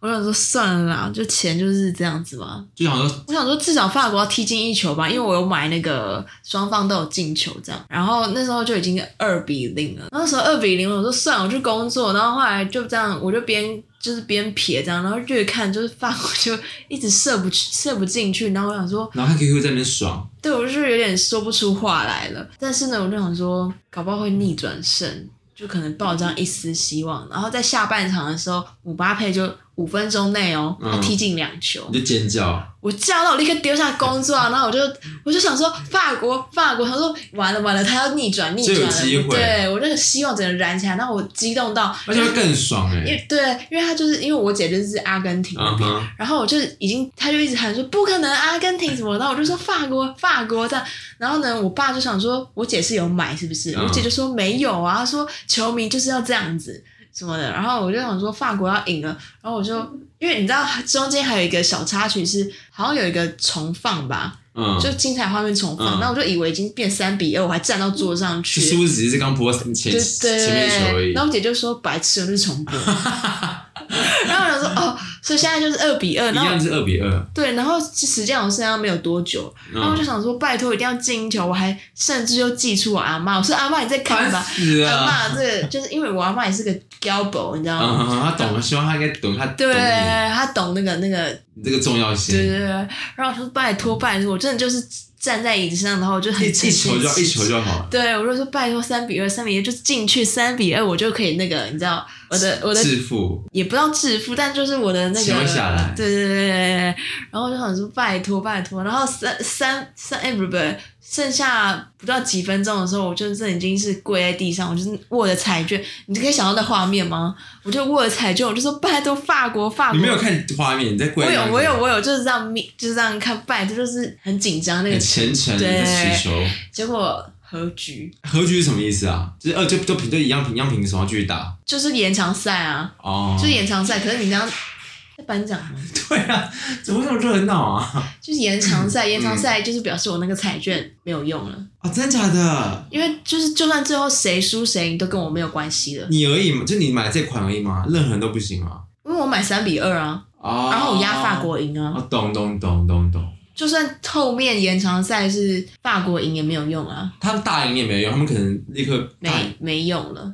[SPEAKER 2] 我想说算了啦，就钱就是这样子嘛。
[SPEAKER 1] 就想说
[SPEAKER 2] 我想说至少法国要踢进一球吧，因为我有买那个双方都有进球这样。然后那时候就已经二比零了，那时候二比零，我说算了，我去工作。然后后来就这样，我就边就是边撇这样，然后越看就是法国就一直射不射不进去，然后我想说
[SPEAKER 1] 然后看 QQ 在那边爽，
[SPEAKER 2] 对，我就是有点说不出话来了。但是呢，我就想说，搞不好会逆转胜，就可能抱着这样一丝希望。然后在下半场的时候，姆巴佩就五分钟内哦，他
[SPEAKER 1] 嗯
[SPEAKER 2] 踢进两球，
[SPEAKER 1] 你就尖叫，
[SPEAKER 2] 我叫到我立刻丢下工作啊，然后我就我就想说法国法国，他说完了完了，他要逆转逆
[SPEAKER 1] 这
[SPEAKER 2] 转
[SPEAKER 1] 有
[SPEAKER 2] 了，
[SPEAKER 1] 机会
[SPEAKER 2] 对我那个希望整个燃起来，然后我激动到，
[SPEAKER 1] 而且会更爽哎、
[SPEAKER 2] 因为对，因为他就是因为我姐就是阿根廷那
[SPEAKER 1] 嗯
[SPEAKER 2] 边，
[SPEAKER 1] 哼，
[SPEAKER 2] 然后我就已经，他就一直喊说不可能，啊阿根廷什么，然后我就说法国，法国这样。然后呢，我爸就想说，我姐是有买是不是？
[SPEAKER 1] 嗯
[SPEAKER 2] 我姐就说没有啊，她说球迷就是要这样子什么的。然后我就想说法国要赢了，然后我就因为你知道中间还有一个小插曲是好像有一个重放吧，
[SPEAKER 1] 嗯，
[SPEAKER 2] 就精彩画面重放，
[SPEAKER 1] 嗯
[SPEAKER 2] 那、我就以为已经变三比二，我还站到桌上去
[SPEAKER 1] 就。殊不知只是刚播前前
[SPEAKER 2] 对
[SPEAKER 1] 前面一球而
[SPEAKER 2] 对，
[SPEAKER 1] 已
[SPEAKER 2] 然。后我姐就说白痴，我就是重 播。然后我就说哦，所以现在就是二比二，
[SPEAKER 1] 一
[SPEAKER 2] 然后
[SPEAKER 1] 样是二比二，
[SPEAKER 2] 对，然后时间好像剩下没有多久，然后我就
[SPEAKER 1] 嗯，
[SPEAKER 2] 想说，拜托一定要进球，我还甚至又寄出我阿妈，我说阿妈你在看
[SPEAKER 1] 烦
[SPEAKER 2] 吧，
[SPEAKER 1] 死
[SPEAKER 2] 阿
[SPEAKER 1] 了。
[SPEAKER 2] 妈这个就是因为我阿妈也是个 g a b 你知道
[SPEAKER 1] 嗯
[SPEAKER 2] 吗？
[SPEAKER 1] 哼，他懂，我希望他应该懂，他懂
[SPEAKER 2] 对，
[SPEAKER 1] 你
[SPEAKER 2] 他懂那个那个，
[SPEAKER 1] 你这个重要
[SPEAKER 2] 对对
[SPEAKER 1] 性。
[SPEAKER 2] 对。然后我说拜托拜托，我真的就是站在椅子上，然后我就很
[SPEAKER 1] 一一
[SPEAKER 2] 诚心
[SPEAKER 1] 球就
[SPEAKER 2] 诚
[SPEAKER 1] 一球
[SPEAKER 2] 心
[SPEAKER 1] 就好了，
[SPEAKER 2] 对，我就说拜托三比二，三比二就是进去三比二，我就可以那个，你知道我的我的
[SPEAKER 1] 致富。
[SPEAKER 2] 也不知道致富，但就是我的那个，
[SPEAKER 1] 请问下来
[SPEAKER 2] 对对对对对，然后我就想说拜托拜托，然后三三三哎不是不是，剩下不到几分钟的时候，我就真的已经是跪在地上，我就是握着彩券，你可以想到那画面吗？我就握着彩券，我就说拜托法国法
[SPEAKER 1] 你
[SPEAKER 2] 国，
[SPEAKER 1] 没有看画面，你在跪
[SPEAKER 2] 我
[SPEAKER 1] 在那
[SPEAKER 2] 有
[SPEAKER 1] 里
[SPEAKER 2] 我有我有，就是这样眯就是这样看，拜托就是很紧张那个
[SPEAKER 1] 很，虔诚
[SPEAKER 2] 对
[SPEAKER 1] 在祈求。
[SPEAKER 2] 结果和局
[SPEAKER 1] 和局是什么意思啊？就是二就就平就一样平一样平手，然后继续打。
[SPEAKER 2] 就是延长赛啊，
[SPEAKER 1] 哦，
[SPEAKER 2] 就是延长赛，可是你这样在颁奖吗？
[SPEAKER 1] 对啊，怎么会那么热闹啊？
[SPEAKER 2] 就是延长赛，延长赛就是表示我那个彩券没有用了，
[SPEAKER 1] 啊，真假的？
[SPEAKER 2] 因为就是就算最后谁输谁赢都跟我没有关系了，
[SPEAKER 1] 你而已嘛，就你买这款而已嘛，任何人都不行啊。
[SPEAKER 2] 因为我买三比二啊，
[SPEAKER 1] 哦，
[SPEAKER 2] 然后我压法。国赢啊，
[SPEAKER 1] 哦，懂懂懂懂懂，
[SPEAKER 2] 就算后面延长赛是法国赢也没有用啊，
[SPEAKER 1] 他们大赢也没用，他们可能立刻大赢。
[SPEAKER 2] 没没用了。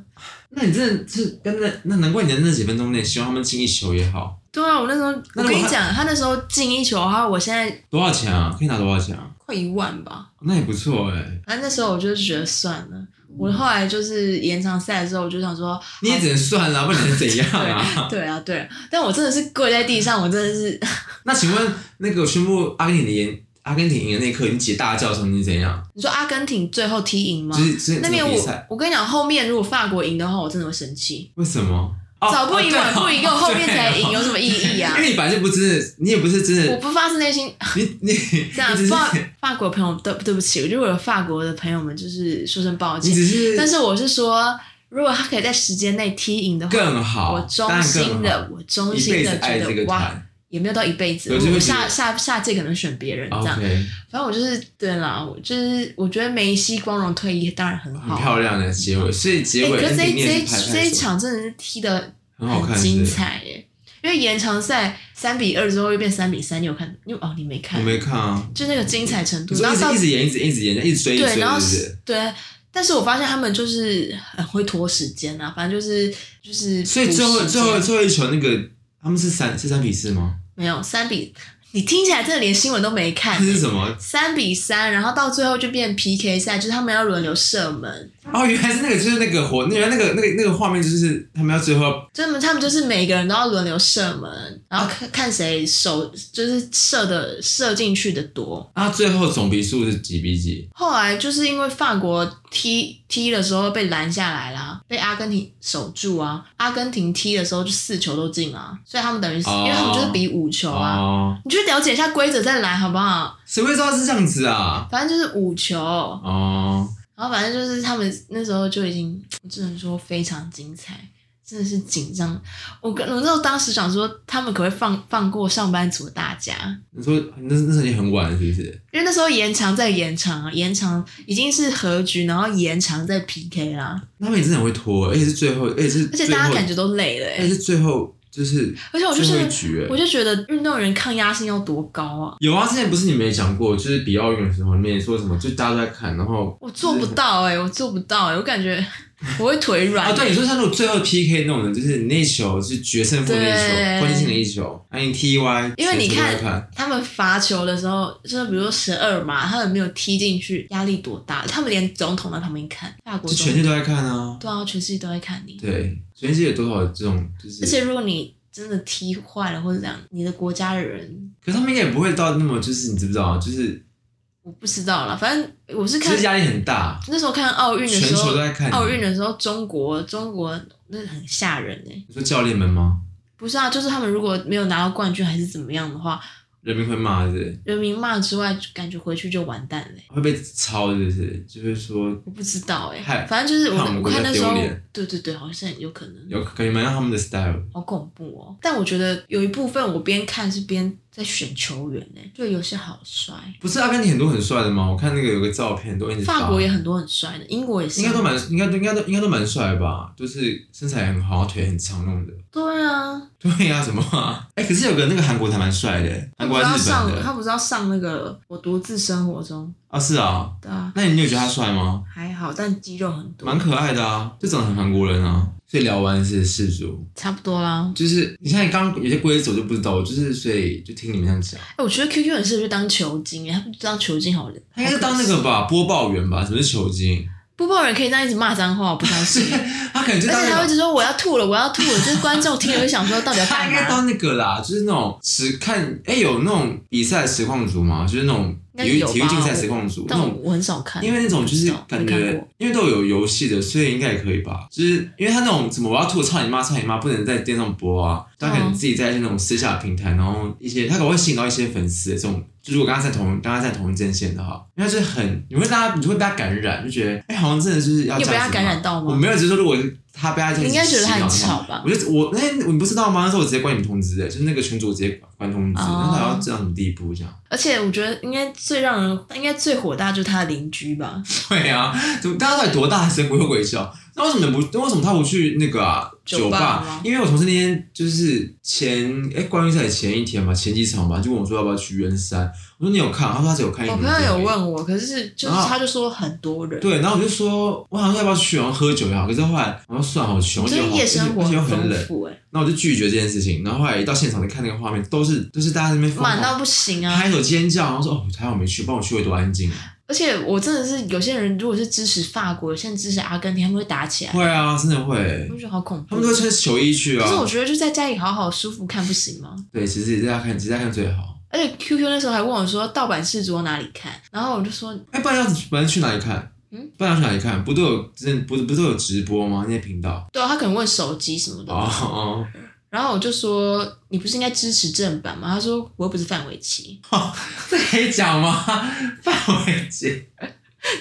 [SPEAKER 1] 那你真的是跟那那难怪你在那几分钟内希望他们进一球也好，
[SPEAKER 2] 对啊，我那时候我
[SPEAKER 1] 那如果
[SPEAKER 2] 跟你
[SPEAKER 1] 他
[SPEAKER 2] 讲，他那时候进一球，还有我现在
[SPEAKER 1] 多少钱啊？可以拿多少钱啊？
[SPEAKER 2] 快一万吧。
[SPEAKER 1] 那也不错哎、
[SPEAKER 2] 反正那时候我就觉得算了，我后来就是延长赛的时候，我就想说，
[SPEAKER 1] 你也只能算了，不然你能怎样啊？
[SPEAKER 2] 对啊对啊，但我真的是跪在地上，我真的是
[SPEAKER 1] 那请问那个宣布阿根廷赢阿根廷赢的那一刻，你姐大叫的时候你是怎样？
[SPEAKER 2] 你说阿根廷最后踢赢吗
[SPEAKER 1] 就？是是
[SPEAKER 2] 那边
[SPEAKER 1] 这个比
[SPEAKER 2] 我
[SPEAKER 1] 赛
[SPEAKER 2] 我跟你讲，后面如果法国赢的话，我真的会生气。
[SPEAKER 1] 为什么？哦
[SPEAKER 2] 早不
[SPEAKER 1] 哦
[SPEAKER 2] 赢
[SPEAKER 1] 对
[SPEAKER 2] 晚不赢，
[SPEAKER 1] 哦
[SPEAKER 2] 我后面
[SPEAKER 1] 对
[SPEAKER 2] 才
[SPEAKER 1] 哦
[SPEAKER 2] 赢，有什么意义啊
[SPEAKER 1] 因？为你本来就不是，你也不是真
[SPEAKER 2] 我
[SPEAKER 1] 的，
[SPEAKER 2] 不发自内心
[SPEAKER 1] 你你
[SPEAKER 2] 这样
[SPEAKER 1] 你只，是
[SPEAKER 2] 法法国朋友对对不起，如果有法国的朋友们，就是说声抱
[SPEAKER 1] 你
[SPEAKER 2] 歉。
[SPEAKER 1] 只是，
[SPEAKER 2] 但是我是说，如果他可以在时间内踢赢的话，
[SPEAKER 1] 更好，
[SPEAKER 2] 我
[SPEAKER 1] 啊当
[SPEAKER 2] 衷
[SPEAKER 1] 然更
[SPEAKER 2] 心
[SPEAKER 1] 好
[SPEAKER 2] 的，我衷
[SPEAKER 1] 一辈
[SPEAKER 2] 心
[SPEAKER 1] 子
[SPEAKER 2] 的
[SPEAKER 1] 爱
[SPEAKER 2] 觉
[SPEAKER 1] 这个
[SPEAKER 2] 得哇，
[SPEAKER 1] 团
[SPEAKER 2] 也没有到一辈子，
[SPEAKER 1] 有就会
[SPEAKER 2] 我
[SPEAKER 1] 觉得
[SPEAKER 2] 下下下届可能选别人这样。
[SPEAKER 1] ，OK，
[SPEAKER 2] 反正我就是对啦，我就是我觉得梅西光荣退役当然很
[SPEAKER 1] 很
[SPEAKER 2] 好。
[SPEAKER 1] 漂亮的结尾，所以结
[SPEAKER 2] 哎，
[SPEAKER 1] 尾
[SPEAKER 2] 可是这
[SPEAKER 1] ending
[SPEAKER 2] 一
[SPEAKER 1] 你
[SPEAKER 2] 这
[SPEAKER 1] 也
[SPEAKER 2] 一
[SPEAKER 1] 是拍拍手
[SPEAKER 2] 这一场真的是踢的
[SPEAKER 1] 很好看，是
[SPEAKER 2] 精
[SPEAKER 1] 不是，
[SPEAKER 2] 彩耶！因为延长赛三比二之后又变三比三，你有看？因为哦，你没
[SPEAKER 1] 我
[SPEAKER 2] 看，
[SPEAKER 1] 没看啊，
[SPEAKER 2] 就那个精彩程度
[SPEAKER 1] 你，
[SPEAKER 2] 然
[SPEAKER 1] 说
[SPEAKER 2] 后
[SPEAKER 1] 一
[SPEAKER 2] 到
[SPEAKER 1] 直一直演，一直一直演，一直追，一直
[SPEAKER 2] 对，
[SPEAKER 1] 追，
[SPEAKER 2] 然后
[SPEAKER 1] 是不是？
[SPEAKER 2] 对，啊但是我发现他们就是很会拖时间啊，反正就是就是
[SPEAKER 1] 所以
[SPEAKER 2] 补
[SPEAKER 1] 最后
[SPEAKER 2] 时
[SPEAKER 1] 最后
[SPEAKER 2] 间
[SPEAKER 1] 最后一球那个他们是三是三比四吗？
[SPEAKER 2] 没有三比，你听起来真的连新闻都没看
[SPEAKER 1] 这。是什么？
[SPEAKER 2] 三比三，然后到最后就变 PK 赛，就是他们要轮流射门，
[SPEAKER 1] 哦，原来是那个，就是那个火，原来那个那个那个画面就是他们要最后
[SPEAKER 2] 他们他们就是每个人都要轮流射门，然
[SPEAKER 1] 啊
[SPEAKER 2] 后看看谁手就是射的射进去的多。
[SPEAKER 1] 啊，最后总比数是几比几？
[SPEAKER 2] 后来就是因为法国踢踢的时候被拦下来啦，被阿根廷守住啊。阿根廷踢的时候就四球都进啊，所以他们等于是、
[SPEAKER 1] 哦
[SPEAKER 2] 因为他们就是比五球啊。
[SPEAKER 1] 哦，
[SPEAKER 2] 你去了解一下规则再来好不好？
[SPEAKER 1] 谁会知道是这样子啊？
[SPEAKER 2] 反正就是五球，
[SPEAKER 1] 哦，
[SPEAKER 2] 然后反正就是他们那时候就已经，我只能说非常精彩，真的是紧张。我跟我那时候当时想说，他们可不可以放放过上班族大家？
[SPEAKER 1] 你说那那时候已经很晚了，是不是？
[SPEAKER 2] 因为那时候延长再延长啊，延长已经是和局，然后延长再 PK 啦，
[SPEAKER 1] 他们也真的很会拖，而且是最后，而且是
[SPEAKER 2] 而且
[SPEAKER 1] 最
[SPEAKER 2] 大家
[SPEAKER 1] 后
[SPEAKER 2] 感觉都累了、
[SPEAKER 1] 而且
[SPEAKER 2] 欸，
[SPEAKER 1] 是最后就是，
[SPEAKER 2] 而且我就
[SPEAKER 1] 嗯最后
[SPEAKER 2] 是
[SPEAKER 1] 一局欸
[SPEAKER 2] 我就觉得运动员抗压性要多高啊，
[SPEAKER 1] 有啊，之前不是你们也讲过，就是比奥运的时候，你们也说什么，就大家都在看，然后
[SPEAKER 2] 我做不到哎、我做不到哎、我感觉我会腿软、欸
[SPEAKER 1] 啊，对，你说像那种最后 PK 那种的，就是你那一球是决胜负的那一球，
[SPEAKER 2] 对
[SPEAKER 1] 关键性的一球，那你 TY，
[SPEAKER 2] 因为你
[SPEAKER 1] 全
[SPEAKER 2] 看
[SPEAKER 1] 部都在看，
[SPEAKER 2] 他们罚球的时候，就是比如说十二码，他们没有踢进去，压力多大？他们连总统都在旁边看，法国
[SPEAKER 1] 就
[SPEAKER 2] 总
[SPEAKER 1] 全
[SPEAKER 2] 统
[SPEAKER 1] 世界都在看啊，
[SPEAKER 2] 对啊，全世界都在看你。
[SPEAKER 1] 对，全世界有多少这种就是，
[SPEAKER 2] 而且如果你真的踢坏了或者这样，你的国家的人
[SPEAKER 1] 可是他们应该也不会到那么，就是你知不知道，啊就是
[SPEAKER 2] 我不知道啦，反正我是
[SPEAKER 1] 就
[SPEAKER 2] 看
[SPEAKER 1] 是压力很大，
[SPEAKER 2] 那时候看奥运的时
[SPEAKER 1] 全
[SPEAKER 2] 候
[SPEAKER 1] 球都在看，你
[SPEAKER 2] 奥运的时候中国中国那很吓人哎、
[SPEAKER 1] 你说教练们吗？
[SPEAKER 2] 不是啊，就是他们如果没有拿到冠军还是怎么样的话，
[SPEAKER 1] 人民会骂是不是
[SPEAKER 2] 人民骂之外，感觉回去就完蛋嘞、
[SPEAKER 1] 会被抄是不是？就是说
[SPEAKER 2] 我不知道哎、
[SPEAKER 1] 害
[SPEAKER 2] 反正就是我
[SPEAKER 1] 怕我们
[SPEAKER 2] 我
[SPEAKER 1] 国家
[SPEAKER 2] 看那时候
[SPEAKER 1] 丢脸，
[SPEAKER 2] 对对对，好像有可能，
[SPEAKER 1] 有可以蛮像他们的 style。
[SPEAKER 2] 好恐怖哦。但我觉得有一部分我边看是边在选球员哎、就有些好帅，
[SPEAKER 1] 不是阿根廷很多很帅的吗？我看那个有个照片都一直发
[SPEAKER 2] 法国也很多很帅的，英国也是，啊
[SPEAKER 1] 应该都蛮应该都应该都应该都蛮帅的吧，就是身材很好，腿很长那种的。
[SPEAKER 2] 对啊。
[SPEAKER 1] 对呀、什么啊？哎、可是有个那个韩国才蛮帅的，
[SPEAKER 2] 他
[SPEAKER 1] 韩
[SPEAKER 2] 不
[SPEAKER 1] 国
[SPEAKER 2] 是
[SPEAKER 1] 还
[SPEAKER 2] 要
[SPEAKER 1] 是日本
[SPEAKER 2] 上，
[SPEAKER 1] 的
[SPEAKER 2] 他不是要上那个我独自生活中
[SPEAKER 1] 啊？是啊，
[SPEAKER 2] 对啊，
[SPEAKER 1] 那你有觉得他帅吗？
[SPEAKER 2] 还好，但肌肉很多
[SPEAKER 1] 蛮，可爱的啊，就长得很韩国人啊。所以聊完是世俗，
[SPEAKER 2] 差不多啦。
[SPEAKER 1] 就是你像你刚刚有些规则我就不知道，我就是所以就听你们这样讲，
[SPEAKER 2] 哎、我觉得 QQ 很适合去当球精欸耶，他不知道球精好人，
[SPEAKER 1] 他应该是当那个吧播报员吧？什么是球精？
[SPEAKER 2] 播报人可以这样一直骂脏话，我不相 信。
[SPEAKER 1] 他可能就
[SPEAKER 2] 而
[SPEAKER 1] 当
[SPEAKER 2] 且他会一
[SPEAKER 1] 那个。
[SPEAKER 2] 直说我要吐了，我要吐了， 就是观众听了会想啊说到底要
[SPEAKER 1] 他
[SPEAKER 2] 干
[SPEAKER 1] 应该
[SPEAKER 2] 嘛？
[SPEAKER 1] 当那个啦，就是那种实看，哎、有那种比赛实况组吗？就是那种
[SPEAKER 2] 应该
[SPEAKER 1] 体育
[SPEAKER 2] 有吧
[SPEAKER 1] 体育竞赛实况组，那
[SPEAKER 2] 但
[SPEAKER 1] 种
[SPEAKER 2] 我啊很少看，
[SPEAKER 1] 因为那种就是感
[SPEAKER 2] 没看
[SPEAKER 1] 觉
[SPEAKER 2] 过，
[SPEAKER 1] 因为都有游戏的，所以应该也可以吧。就是因为他那种什么我要吐操你妈操你妈，不能在电视上播啊，他可能自己在那种私下的平台，然后一些他可能会吸引到一些粉丝这种。就如果跟他在同跟他在同一阵线的话，因为他就是很你会大家你会被他感染，就觉得哎、好像真的就是要
[SPEAKER 2] 你
[SPEAKER 1] 这
[SPEAKER 2] 有被
[SPEAKER 1] 样
[SPEAKER 2] 他
[SPEAKER 1] 子
[SPEAKER 2] 感
[SPEAKER 1] 吗
[SPEAKER 2] 染到
[SPEAKER 1] 我
[SPEAKER 2] 吗？
[SPEAKER 1] 没有，只是说如果他被他这样
[SPEAKER 2] 你应该觉得他很
[SPEAKER 1] 洗脑
[SPEAKER 2] 吵
[SPEAKER 1] 的话
[SPEAKER 2] 吧
[SPEAKER 1] 我就我哎那、你不知道吗？那时候我直接关你们通知的，就是那个群主直接关通知，
[SPEAKER 2] 哦
[SPEAKER 1] 然后他要这样地步这样。
[SPEAKER 2] 而且我觉得应该最让人应该最火大就是他的邻居吧，
[SPEAKER 1] 对啊，怎么大家到底多大声鬼吼鬼叫？那为什么不？那为什么他不去那个啊
[SPEAKER 2] 酒
[SPEAKER 1] 酒
[SPEAKER 2] 吧吗
[SPEAKER 1] 因为我同事那天就是前哎冠军赛前一天嘛，前几场吧，就问我说要不要去圆山。我说你有看？他说他只有看一
[SPEAKER 2] 我
[SPEAKER 1] 场
[SPEAKER 2] 朋
[SPEAKER 1] 电影。
[SPEAKER 2] 友有问我，可是就是
[SPEAKER 1] 然后
[SPEAKER 2] 他就说很多人，
[SPEAKER 1] 对，然后我就说，我想说要不要去，然后喝酒也好。可是后来我说算了，好穷，而且
[SPEAKER 2] 真的
[SPEAKER 1] 又好
[SPEAKER 2] 夜生活
[SPEAKER 1] 而且又很
[SPEAKER 2] 丰
[SPEAKER 1] 冷，
[SPEAKER 2] 富哎，
[SPEAKER 1] 那我就拒绝这件事情。然后后来一到现场，就看那个画面，都是都是大家在那边疯
[SPEAKER 2] 满
[SPEAKER 1] 狂
[SPEAKER 2] 到不行啊！
[SPEAKER 1] 拍手尖叫，然后说哦，还好没去，不然我去会多安静。
[SPEAKER 2] 而且我真的是有些人，如果是支持法国，有些人支持阿根廷，他们会打起来，
[SPEAKER 1] 会啊，真的会
[SPEAKER 2] 我，就觉得好恐怖。
[SPEAKER 1] 他们都会穿球衣去啊
[SPEAKER 2] 可是。我觉得就在家里好好舒服看不行吗？
[SPEAKER 1] 对，其实也在家看，其实在家看最好。
[SPEAKER 2] 而且 QQ 那时候还问我说盗版世足哪里看，然后我就说
[SPEAKER 1] 哎，不然要不然去哪里看？
[SPEAKER 2] 嗯，
[SPEAKER 1] 不然要去哪里看？不都有真不不都有直播吗？那些频道。
[SPEAKER 2] 对啊，他可能问手机什么的，
[SPEAKER 1] 哦哦，
[SPEAKER 2] 然后我就说你不是应该支持正版吗？他说我又不是范玮 琪，
[SPEAKER 1] 这可以讲吗？范玮琪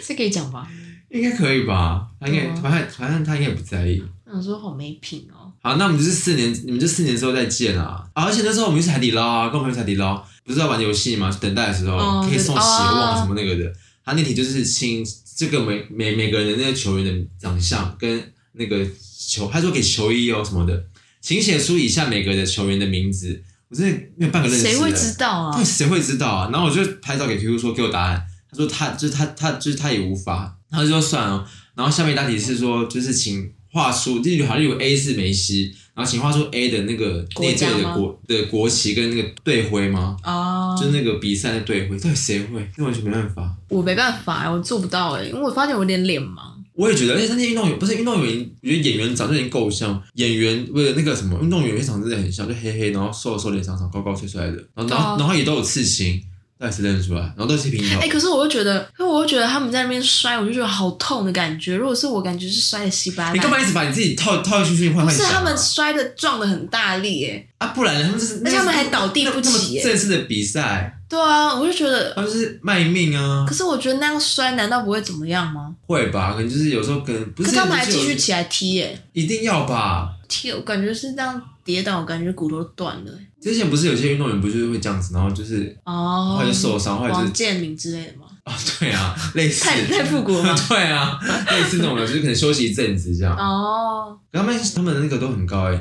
[SPEAKER 2] 这可以讲吧？
[SPEAKER 1] 应该可以吧？他应该
[SPEAKER 2] 对啊
[SPEAKER 1] 反正反正他应该也不在意。
[SPEAKER 2] 我想说好没品哦，
[SPEAKER 1] 好，那我们就是四年，你们就四年之后再见啊！啊而且那时候我们去海底捞啊，跟我朋友去海底捞，不是在玩游戏嘛？等待的时候、
[SPEAKER 2] 哦
[SPEAKER 1] 可以送
[SPEAKER 2] 对
[SPEAKER 1] 鞋
[SPEAKER 2] 哦
[SPEAKER 1] 袜什么那个的。他那题就是亲这个每每每个人的那个球员的长相跟那个球，他说给球衣哦什么的，请写出以下每个的球员的名字。我真的没有半个认识的，欸
[SPEAKER 2] 谁会知道啊
[SPEAKER 1] 到底？谁会知道啊？然后我就拍照给 QQ 说给我答案，他说他就是他他就是他也无法，然后就说算了。然后下面一大题是说就是请画出，例如好，例如 A 是梅西，然后请画出 A 的那个
[SPEAKER 2] 国
[SPEAKER 1] 那
[SPEAKER 2] 家
[SPEAKER 1] 队的
[SPEAKER 2] 吗
[SPEAKER 1] 国的国旗跟那个队徽吗？
[SPEAKER 2] 啊，
[SPEAKER 1] 就是那个比赛的队徽，到底谁会？那完全没办法。
[SPEAKER 2] 我没办法，我做不到哎，因为我发现我有点脸盲。
[SPEAKER 1] 我也觉得，而且那些运动员不是运动员，我觉得演员长就已经够像演员，为了那个什么运动员，长真的很像，就黑黑，然后瘦瘦，脸长长，高高帅帅的，然后然后、
[SPEAKER 2] 对啊
[SPEAKER 1] 然后也都有刺青，到底谁认得出来？然后都是平头。
[SPEAKER 2] 哎、可是我又觉得，因为我又觉得他们在那边摔，我就觉得好痛的感觉。如果是我，感觉是摔的稀巴
[SPEAKER 1] 你干
[SPEAKER 2] 烂。
[SPEAKER 1] 嘛一直把你自己套套进去换
[SPEAKER 2] 不
[SPEAKER 1] 换？
[SPEAKER 2] 是他们
[SPEAKER 1] 啊
[SPEAKER 2] 摔的撞的很大力哎、
[SPEAKER 1] 啊，不然呢他们就是，
[SPEAKER 2] 而且他们还倒地
[SPEAKER 1] 那
[SPEAKER 2] 不
[SPEAKER 1] 那么
[SPEAKER 2] 起耶
[SPEAKER 1] 正式的比赛，
[SPEAKER 2] 对啊，我就觉得，
[SPEAKER 1] 他们就是卖命啊
[SPEAKER 2] 可，是我觉得那样摔难道不会怎么样吗？
[SPEAKER 1] 会吧？可能就是有时候可能不
[SPEAKER 2] 可
[SPEAKER 1] 是，
[SPEAKER 2] 他们还继
[SPEAKER 1] 就是
[SPEAKER 2] 续
[SPEAKER 1] 有
[SPEAKER 2] 起来踢耶、
[SPEAKER 1] 一定要吧？
[SPEAKER 2] 踢我感觉是这样跌倒，感觉骨头断了耶、
[SPEAKER 1] 之前不是有些运动员不就是会这样子，然后就是
[SPEAKER 2] 哦
[SPEAKER 1] 后来就，受伤，后来就
[SPEAKER 2] 王
[SPEAKER 1] 是
[SPEAKER 2] 建民之类的吗？
[SPEAKER 1] 啊，对啊，类似
[SPEAKER 2] 太太复古了吗
[SPEAKER 1] 对啊，类似那种的，就是可能休息一阵子这样。
[SPEAKER 2] 哦，
[SPEAKER 1] 可他们他们的那个都很高哎，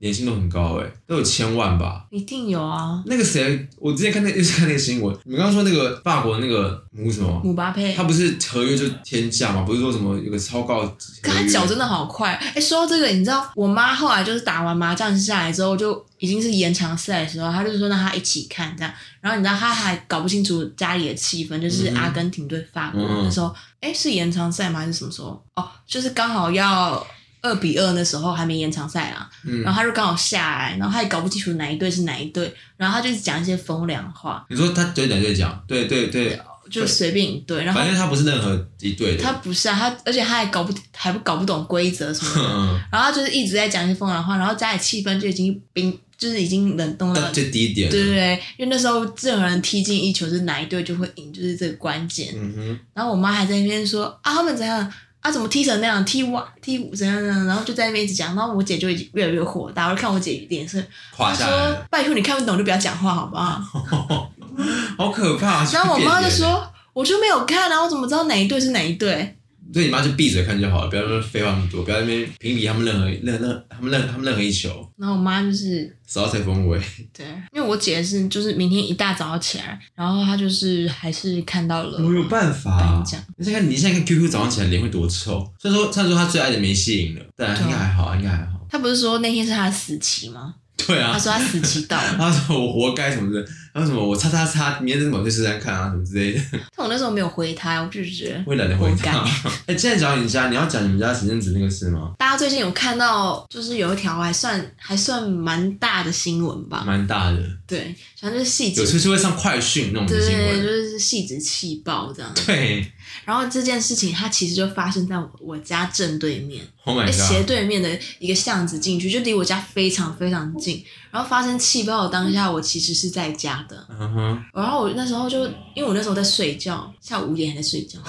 [SPEAKER 1] 年薪都很高哎，都有千万吧？
[SPEAKER 2] 一定有啊，
[SPEAKER 1] 那个谁，我之前看那又是看那个新闻，你们刚刚说那个法国那个姆什么？
[SPEAKER 2] 姆巴佩
[SPEAKER 1] 他。不是合约就天价嘛？不是说什么有个超高合
[SPEAKER 2] 可他
[SPEAKER 1] 约
[SPEAKER 2] 脚真的好快，哎、说到这个，你知道我妈后来就是打完麻将下来之后，就已经是延长赛的时候，她就说让她一起看这样。然后你知道她还搞不清楚家里的气氛，就是
[SPEAKER 1] 嗯哼
[SPEAKER 2] 阿根廷对法国、
[SPEAKER 1] 嗯
[SPEAKER 2] 那时候，哎、是延长赛吗？还是什么时候？哦，就是刚好要二比二那时候还没延长赛啦。
[SPEAKER 1] 嗯
[SPEAKER 2] 然，后她就刚好下来，然后她也搞不清楚哪一队是哪一队，然后她就一直讲一些风凉话，
[SPEAKER 1] 你说他对讲对讲，对对对，
[SPEAKER 2] 就随便一队。然后
[SPEAKER 1] 反正他不是任何一队的。
[SPEAKER 2] 她不是啊，她而且她还搞不还不搞不懂规则什么 的。
[SPEAKER 1] 嗯，
[SPEAKER 2] 然后他就是一直在讲一些风凉话，然后家里气氛就已经冰，就是已经冷冻
[SPEAKER 1] 那
[SPEAKER 2] 了。对
[SPEAKER 1] 最低一点。
[SPEAKER 2] 对对，因为那时候任何人踢进一球，就是哪一队就会赢，就是这个关键。
[SPEAKER 1] 嗯哼，
[SPEAKER 2] 然后我妈还在那边说啊，他们怎样啊，怎么踢成那样，踢哇踢怎样怎样，然后就在那边一直讲。然后我姐就已经越来越火大，我就看我姐脸色，
[SPEAKER 1] 垮
[SPEAKER 2] 她
[SPEAKER 1] 下来了，
[SPEAKER 2] 说拜托你看不懂就不要讲话好不好？
[SPEAKER 1] 好可怕。
[SPEAKER 2] 然后我妈就
[SPEAKER 1] 变脸了，
[SPEAKER 2] 说我就没有看啊，我怎么知道哪一队是哪一队？
[SPEAKER 1] 所以你妈就闭嘴看就好了，不要在那边废话那么多，不要在那边评比他们任何任任他们任他们任何一球，
[SPEAKER 2] 然后我妈就是
[SPEAKER 1] 少到才风味。
[SPEAKER 2] 对，因为我姐是就是明天一大早起来，然后她就是还是看到了，
[SPEAKER 1] 我有办法、
[SPEAKER 2] 颁奖
[SPEAKER 1] 你现在看，你现在看 QQ 早上起来脸会多臭。虽然说，虽然说他最爱的梅西赢了，但
[SPEAKER 2] 对啊
[SPEAKER 1] 应该还好，应该还好。
[SPEAKER 2] 她不是说那天是她的死期吗？
[SPEAKER 1] 对啊
[SPEAKER 2] 她，说她死期到了，
[SPEAKER 1] 他说我活该什么的，他说什么我叉叉叉，明天真的去试试看啊什么之类的，
[SPEAKER 2] 但我那时候没有回她，我就觉得
[SPEAKER 1] 我也懒得回答
[SPEAKER 2] 活。
[SPEAKER 1] 哎、既然讲你家，你要讲你们家前阵子那个事吗？
[SPEAKER 2] 大家最近有看到，就是有一条还算还算蛮大的新闻吧？
[SPEAKER 1] 蛮大的，
[SPEAKER 2] 对，反正就是戏
[SPEAKER 1] 有
[SPEAKER 2] 子，
[SPEAKER 1] 时候就会上快讯那种
[SPEAKER 2] 对
[SPEAKER 1] 新
[SPEAKER 2] 对对，就
[SPEAKER 1] 闻。
[SPEAKER 2] 是戏子气爆这样。
[SPEAKER 1] 对
[SPEAKER 2] 然后这件事情它其实就发生在我我家正对面。
[SPEAKER 1] ，Oh my
[SPEAKER 2] 在哎斜
[SPEAKER 1] god！
[SPEAKER 2] 对面的一个巷子进去，就离我家非常非常近。然后发生气爆的当下，我其实是在家的。
[SPEAKER 1] 嗯哼，
[SPEAKER 2] 然后我那时候就，因为我那时候在睡觉，下午五点还在睡觉。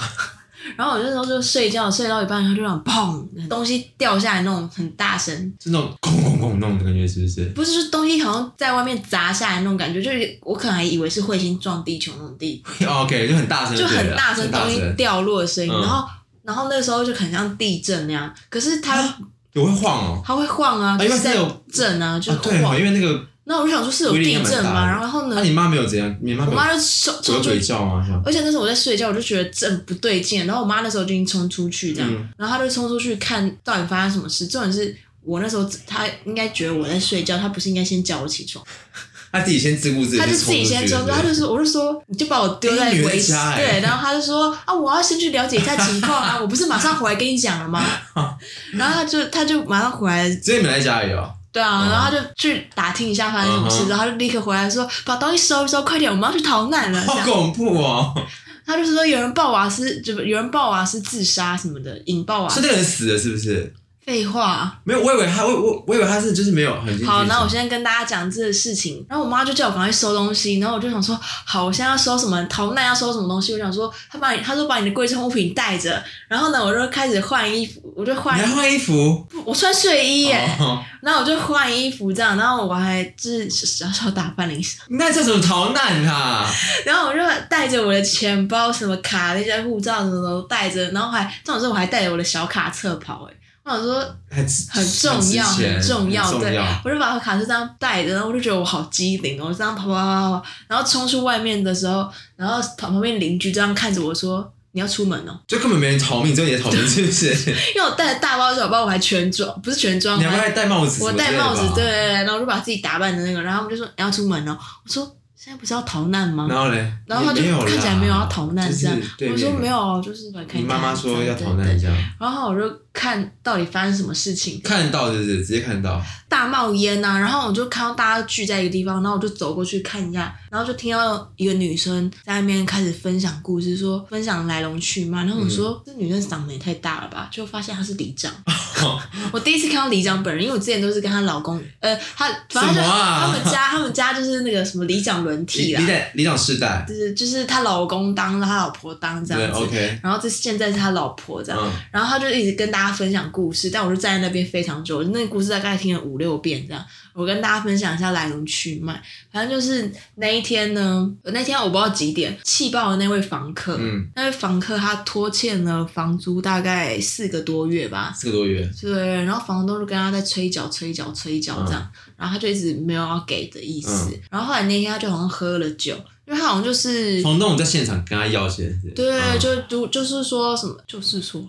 [SPEAKER 2] 然后我那时候就睡觉，睡到一半，然后就那种砰，东西掉下来那种很大声，
[SPEAKER 1] 就那种咣咣咣轰弄的感觉，是 不是？
[SPEAKER 2] 不是，就是东西好像在外面砸下来那种感觉，就是我可能还以为是彗星撞地球那种地步，
[SPEAKER 1] 哦 OK，就很大声
[SPEAKER 2] 就
[SPEAKER 1] 对了，
[SPEAKER 2] 很大声
[SPEAKER 1] 很
[SPEAKER 2] 东
[SPEAKER 1] 大
[SPEAKER 2] 西
[SPEAKER 1] 声，
[SPEAKER 2] 掉落的声音，
[SPEAKER 1] 嗯
[SPEAKER 2] 然后然后那时候就很像地震那样，可是它、
[SPEAKER 1] 有会晃哦。
[SPEAKER 2] 它会晃啊，
[SPEAKER 1] 啊
[SPEAKER 2] 就是
[SPEAKER 1] 因为
[SPEAKER 2] 在
[SPEAKER 1] 是有
[SPEAKER 2] 震啊，就
[SPEAKER 1] 啊，对
[SPEAKER 2] 是晃。
[SPEAKER 1] 因为那个，
[SPEAKER 2] 那我就想说是有地震吗？
[SPEAKER 1] 威力应该蛮大的
[SPEAKER 2] 然后
[SPEAKER 1] 那、
[SPEAKER 2] 呢，
[SPEAKER 1] 你妈没有怎样？你妈
[SPEAKER 2] 我
[SPEAKER 1] 没有
[SPEAKER 2] 妈就冲
[SPEAKER 1] 有
[SPEAKER 2] 冲出
[SPEAKER 1] 鬼叫吗？这样
[SPEAKER 2] 而且那时候我在睡觉，我就觉得震不对劲，然后我妈那时候就已经冲出去这样，
[SPEAKER 1] 嗯
[SPEAKER 2] 然后她就冲出去看到底发生什么事。重点是我那时候她应该觉得我在睡觉，她不是应该先叫我起床，
[SPEAKER 1] 她自己先自顾自地
[SPEAKER 2] 她就
[SPEAKER 1] 冲
[SPEAKER 2] 自己
[SPEAKER 1] 出
[SPEAKER 2] 先
[SPEAKER 1] 去
[SPEAKER 2] 冲出
[SPEAKER 1] 是不
[SPEAKER 2] 去，
[SPEAKER 1] 是
[SPEAKER 2] 她就说，我就说你就把我丢在
[SPEAKER 1] 哎你
[SPEAKER 2] 围
[SPEAKER 1] 回家哎
[SPEAKER 2] 对，然后她就说啊，我要先去了解一下情况啊，我不是马上回来跟你讲 了吗？然后她就她就马上回来
[SPEAKER 1] 只有你们在家里哦。
[SPEAKER 2] 对啊，
[SPEAKER 1] 嗯
[SPEAKER 2] 然后他就去打听一下发生什么事，
[SPEAKER 1] 嗯哼
[SPEAKER 2] 然后他就立刻回来说把东西收一收，快点，我们要去逃难 了。这
[SPEAKER 1] 好
[SPEAKER 2] 样
[SPEAKER 1] 恐怖哦！
[SPEAKER 2] 他就是说有人爆瓦斯，就有人爆瓦斯自杀什么的，引爆瓦
[SPEAKER 1] 是
[SPEAKER 2] 斯。
[SPEAKER 1] 那个人死了是不是？
[SPEAKER 2] 废话。
[SPEAKER 1] 没有，我以为他，我我我以为他是就是没有很进去
[SPEAKER 2] 好，那我现在跟大家讲这个事情，然后我妈就叫我赶快收东西，然后我就想说，好，我现在要收什么逃难要收什么东西？我想说，她把你，她说把你的贵重物品带着，然后呢，我就开始换衣服，我就换
[SPEAKER 1] 你，还换衣服？
[SPEAKER 2] 我穿睡衣耶，
[SPEAKER 1] 哦
[SPEAKER 2] 然后我就换衣服这样，然后我还就是小小打扮了一下。
[SPEAKER 1] 那这种逃难啊？
[SPEAKER 2] 然后我就带着我的钱包、什么卡、那些护照什么的都带着，然后还这种时候我还带着我的小卡册跑、欸，我想说
[SPEAKER 1] 很
[SPEAKER 2] 很重要，很重要，
[SPEAKER 1] 重
[SPEAKER 2] 对
[SPEAKER 1] 要。，
[SPEAKER 2] 我就把我卡册这样带着，然后我就觉得我好机灵哦，我就这样跑跑跑跑跑，然后冲出外面的时候，然后旁旁边邻居这样看着我说。你要出门哦，
[SPEAKER 1] 就根本没人逃命，只有你在逃命，是不是？
[SPEAKER 2] 因为我带着大包小包，我还全装，不是全装，
[SPEAKER 1] 你还
[SPEAKER 2] 我
[SPEAKER 1] 不
[SPEAKER 2] 还
[SPEAKER 1] 戴帽子？
[SPEAKER 2] 我戴帽子，对对。对，然后我就把自己打扮成那个，然后他们就说你要出门哦，我说现在不是要逃难吗？
[SPEAKER 1] 然后嘞，
[SPEAKER 2] 然后他就
[SPEAKER 1] 也没有啦
[SPEAKER 2] 看起来没有要逃难
[SPEAKER 1] 就是
[SPEAKER 2] 这样
[SPEAKER 1] 对
[SPEAKER 2] 我
[SPEAKER 1] 面
[SPEAKER 2] 说没有，啊就是来看
[SPEAKER 1] 你
[SPEAKER 2] 一看
[SPEAKER 1] 妈妈说要逃
[SPEAKER 2] 对
[SPEAKER 1] 难一
[SPEAKER 2] 对
[SPEAKER 1] 下，
[SPEAKER 2] 然后我就看到底发生什么事情，
[SPEAKER 1] 看到就是直接 看到，
[SPEAKER 2] 大冒烟呐、然后我就看到大家聚在一个地方，然后我就走过去看一下，然后就听到一个女生在那边开始分享故事，说分享来龙去脉。然后我说、
[SPEAKER 1] 嗯
[SPEAKER 2] 这女生嗓门也太大了吧，就发现她是里长。
[SPEAKER 1] 哦
[SPEAKER 2] 我第一次看到里长本人，因为我之前都是跟她老公，呃，她反正就
[SPEAKER 1] 什么啊
[SPEAKER 2] 他们家他们家就是那个什么里长轮替
[SPEAKER 1] 李
[SPEAKER 2] 啦
[SPEAKER 1] 李，长李长世代，
[SPEAKER 2] 就是就是她老公当她老婆当这
[SPEAKER 1] 对
[SPEAKER 2] 样子。
[SPEAKER 1] ，OK，
[SPEAKER 2] 然后这现在是他老婆这样，
[SPEAKER 1] 嗯，
[SPEAKER 2] 然后他就一直跟大家分享故事，但我就站在那边非常久，那个故事大概听了五六遍这样。我跟大家分享一下来龙去脉，反正就是那一天呢，那天我不知道几点气爆的那位房客，
[SPEAKER 1] 嗯，
[SPEAKER 2] 那位房客他拖欠了房租大概四个多月吧。
[SPEAKER 1] 四个多月，
[SPEAKER 2] 对，然后房东就跟他在催缴、催缴、催缴这样，
[SPEAKER 1] 嗯
[SPEAKER 2] 然后他就一直没有要给的意思。然后后来那天他就好像喝了酒，因为他好像就是
[SPEAKER 1] 房东我在现场跟他要钱，是
[SPEAKER 2] 对，
[SPEAKER 1] 嗯
[SPEAKER 2] 就就就是说什么，就是说，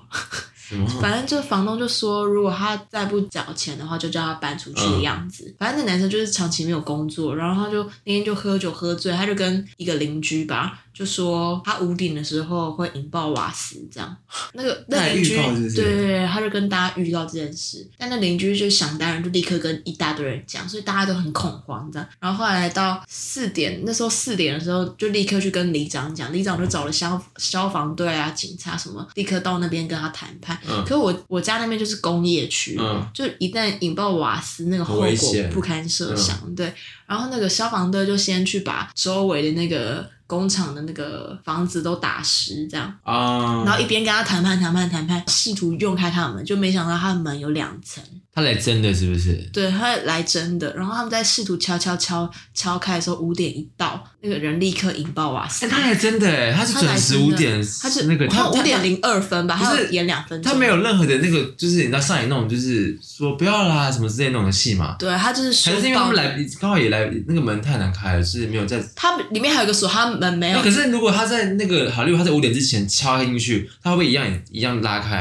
[SPEAKER 1] 什么
[SPEAKER 2] 反正就房东就说，如果他再不缴钱的话，就叫他搬出去的样
[SPEAKER 1] 嗯
[SPEAKER 2] 子。反正那男生就是长期没有工作，然后他就那天就喝酒喝醉，他就跟一个邻居吧，就说他屋顶的时候会引爆瓦斯这 样。那个
[SPEAKER 1] 他
[SPEAKER 2] 那
[SPEAKER 1] 还
[SPEAKER 2] 邻居
[SPEAKER 1] 预告是不是
[SPEAKER 2] 对对对，他就跟大家预告这件事，但那邻居就想当然就立刻跟一大堆人讲，所以大家都很恐慌这样。然后后来到四点，那时候四点的时候就立刻去跟里长讲，里长就找了消消防队啊、警察什么，立刻到那边跟他谈判。
[SPEAKER 1] 嗯
[SPEAKER 2] 可我我家那边就是工业区，
[SPEAKER 1] 嗯
[SPEAKER 2] 就一旦引爆瓦斯，那个后
[SPEAKER 1] 很危
[SPEAKER 2] 果
[SPEAKER 1] 险嗯
[SPEAKER 2] 不堪设想。对，然后那个消防队就先去把周围的那个工厂的那个房子都打湿，这样。
[SPEAKER 1] 啊？
[SPEAKER 2] 然后一边跟他谈判谈判谈判，试图用开他的门，就没想到他的门有两层，
[SPEAKER 1] 他来真的是不是？
[SPEAKER 2] 对他来真的。然后他们在试图敲敲敲敲开的时候，五点一到，那个人立刻引爆瓦斯，
[SPEAKER 1] 哎，他来真的哎，他是
[SPEAKER 2] 他来
[SPEAKER 1] 准时
[SPEAKER 2] 真的
[SPEAKER 1] 五点，
[SPEAKER 2] 他是
[SPEAKER 1] 那个
[SPEAKER 2] 他
[SPEAKER 1] 他
[SPEAKER 2] 五点零二分吧，
[SPEAKER 1] 不是
[SPEAKER 2] 他有演两分钟，
[SPEAKER 1] 他没有任何的那个，就是你知道上演那种，就是说不要啦什么之类那种的戏嘛。
[SPEAKER 2] 对他就是说
[SPEAKER 1] 还是因为他
[SPEAKER 2] 爆
[SPEAKER 1] 们来刚好也来那个门太难开了，就是没有在。
[SPEAKER 2] 他们里面还有一个锁，他们没有
[SPEAKER 1] 哎那可是如果他在那个好，例如他在五点之前敲进去，他会不会一样一样拉开？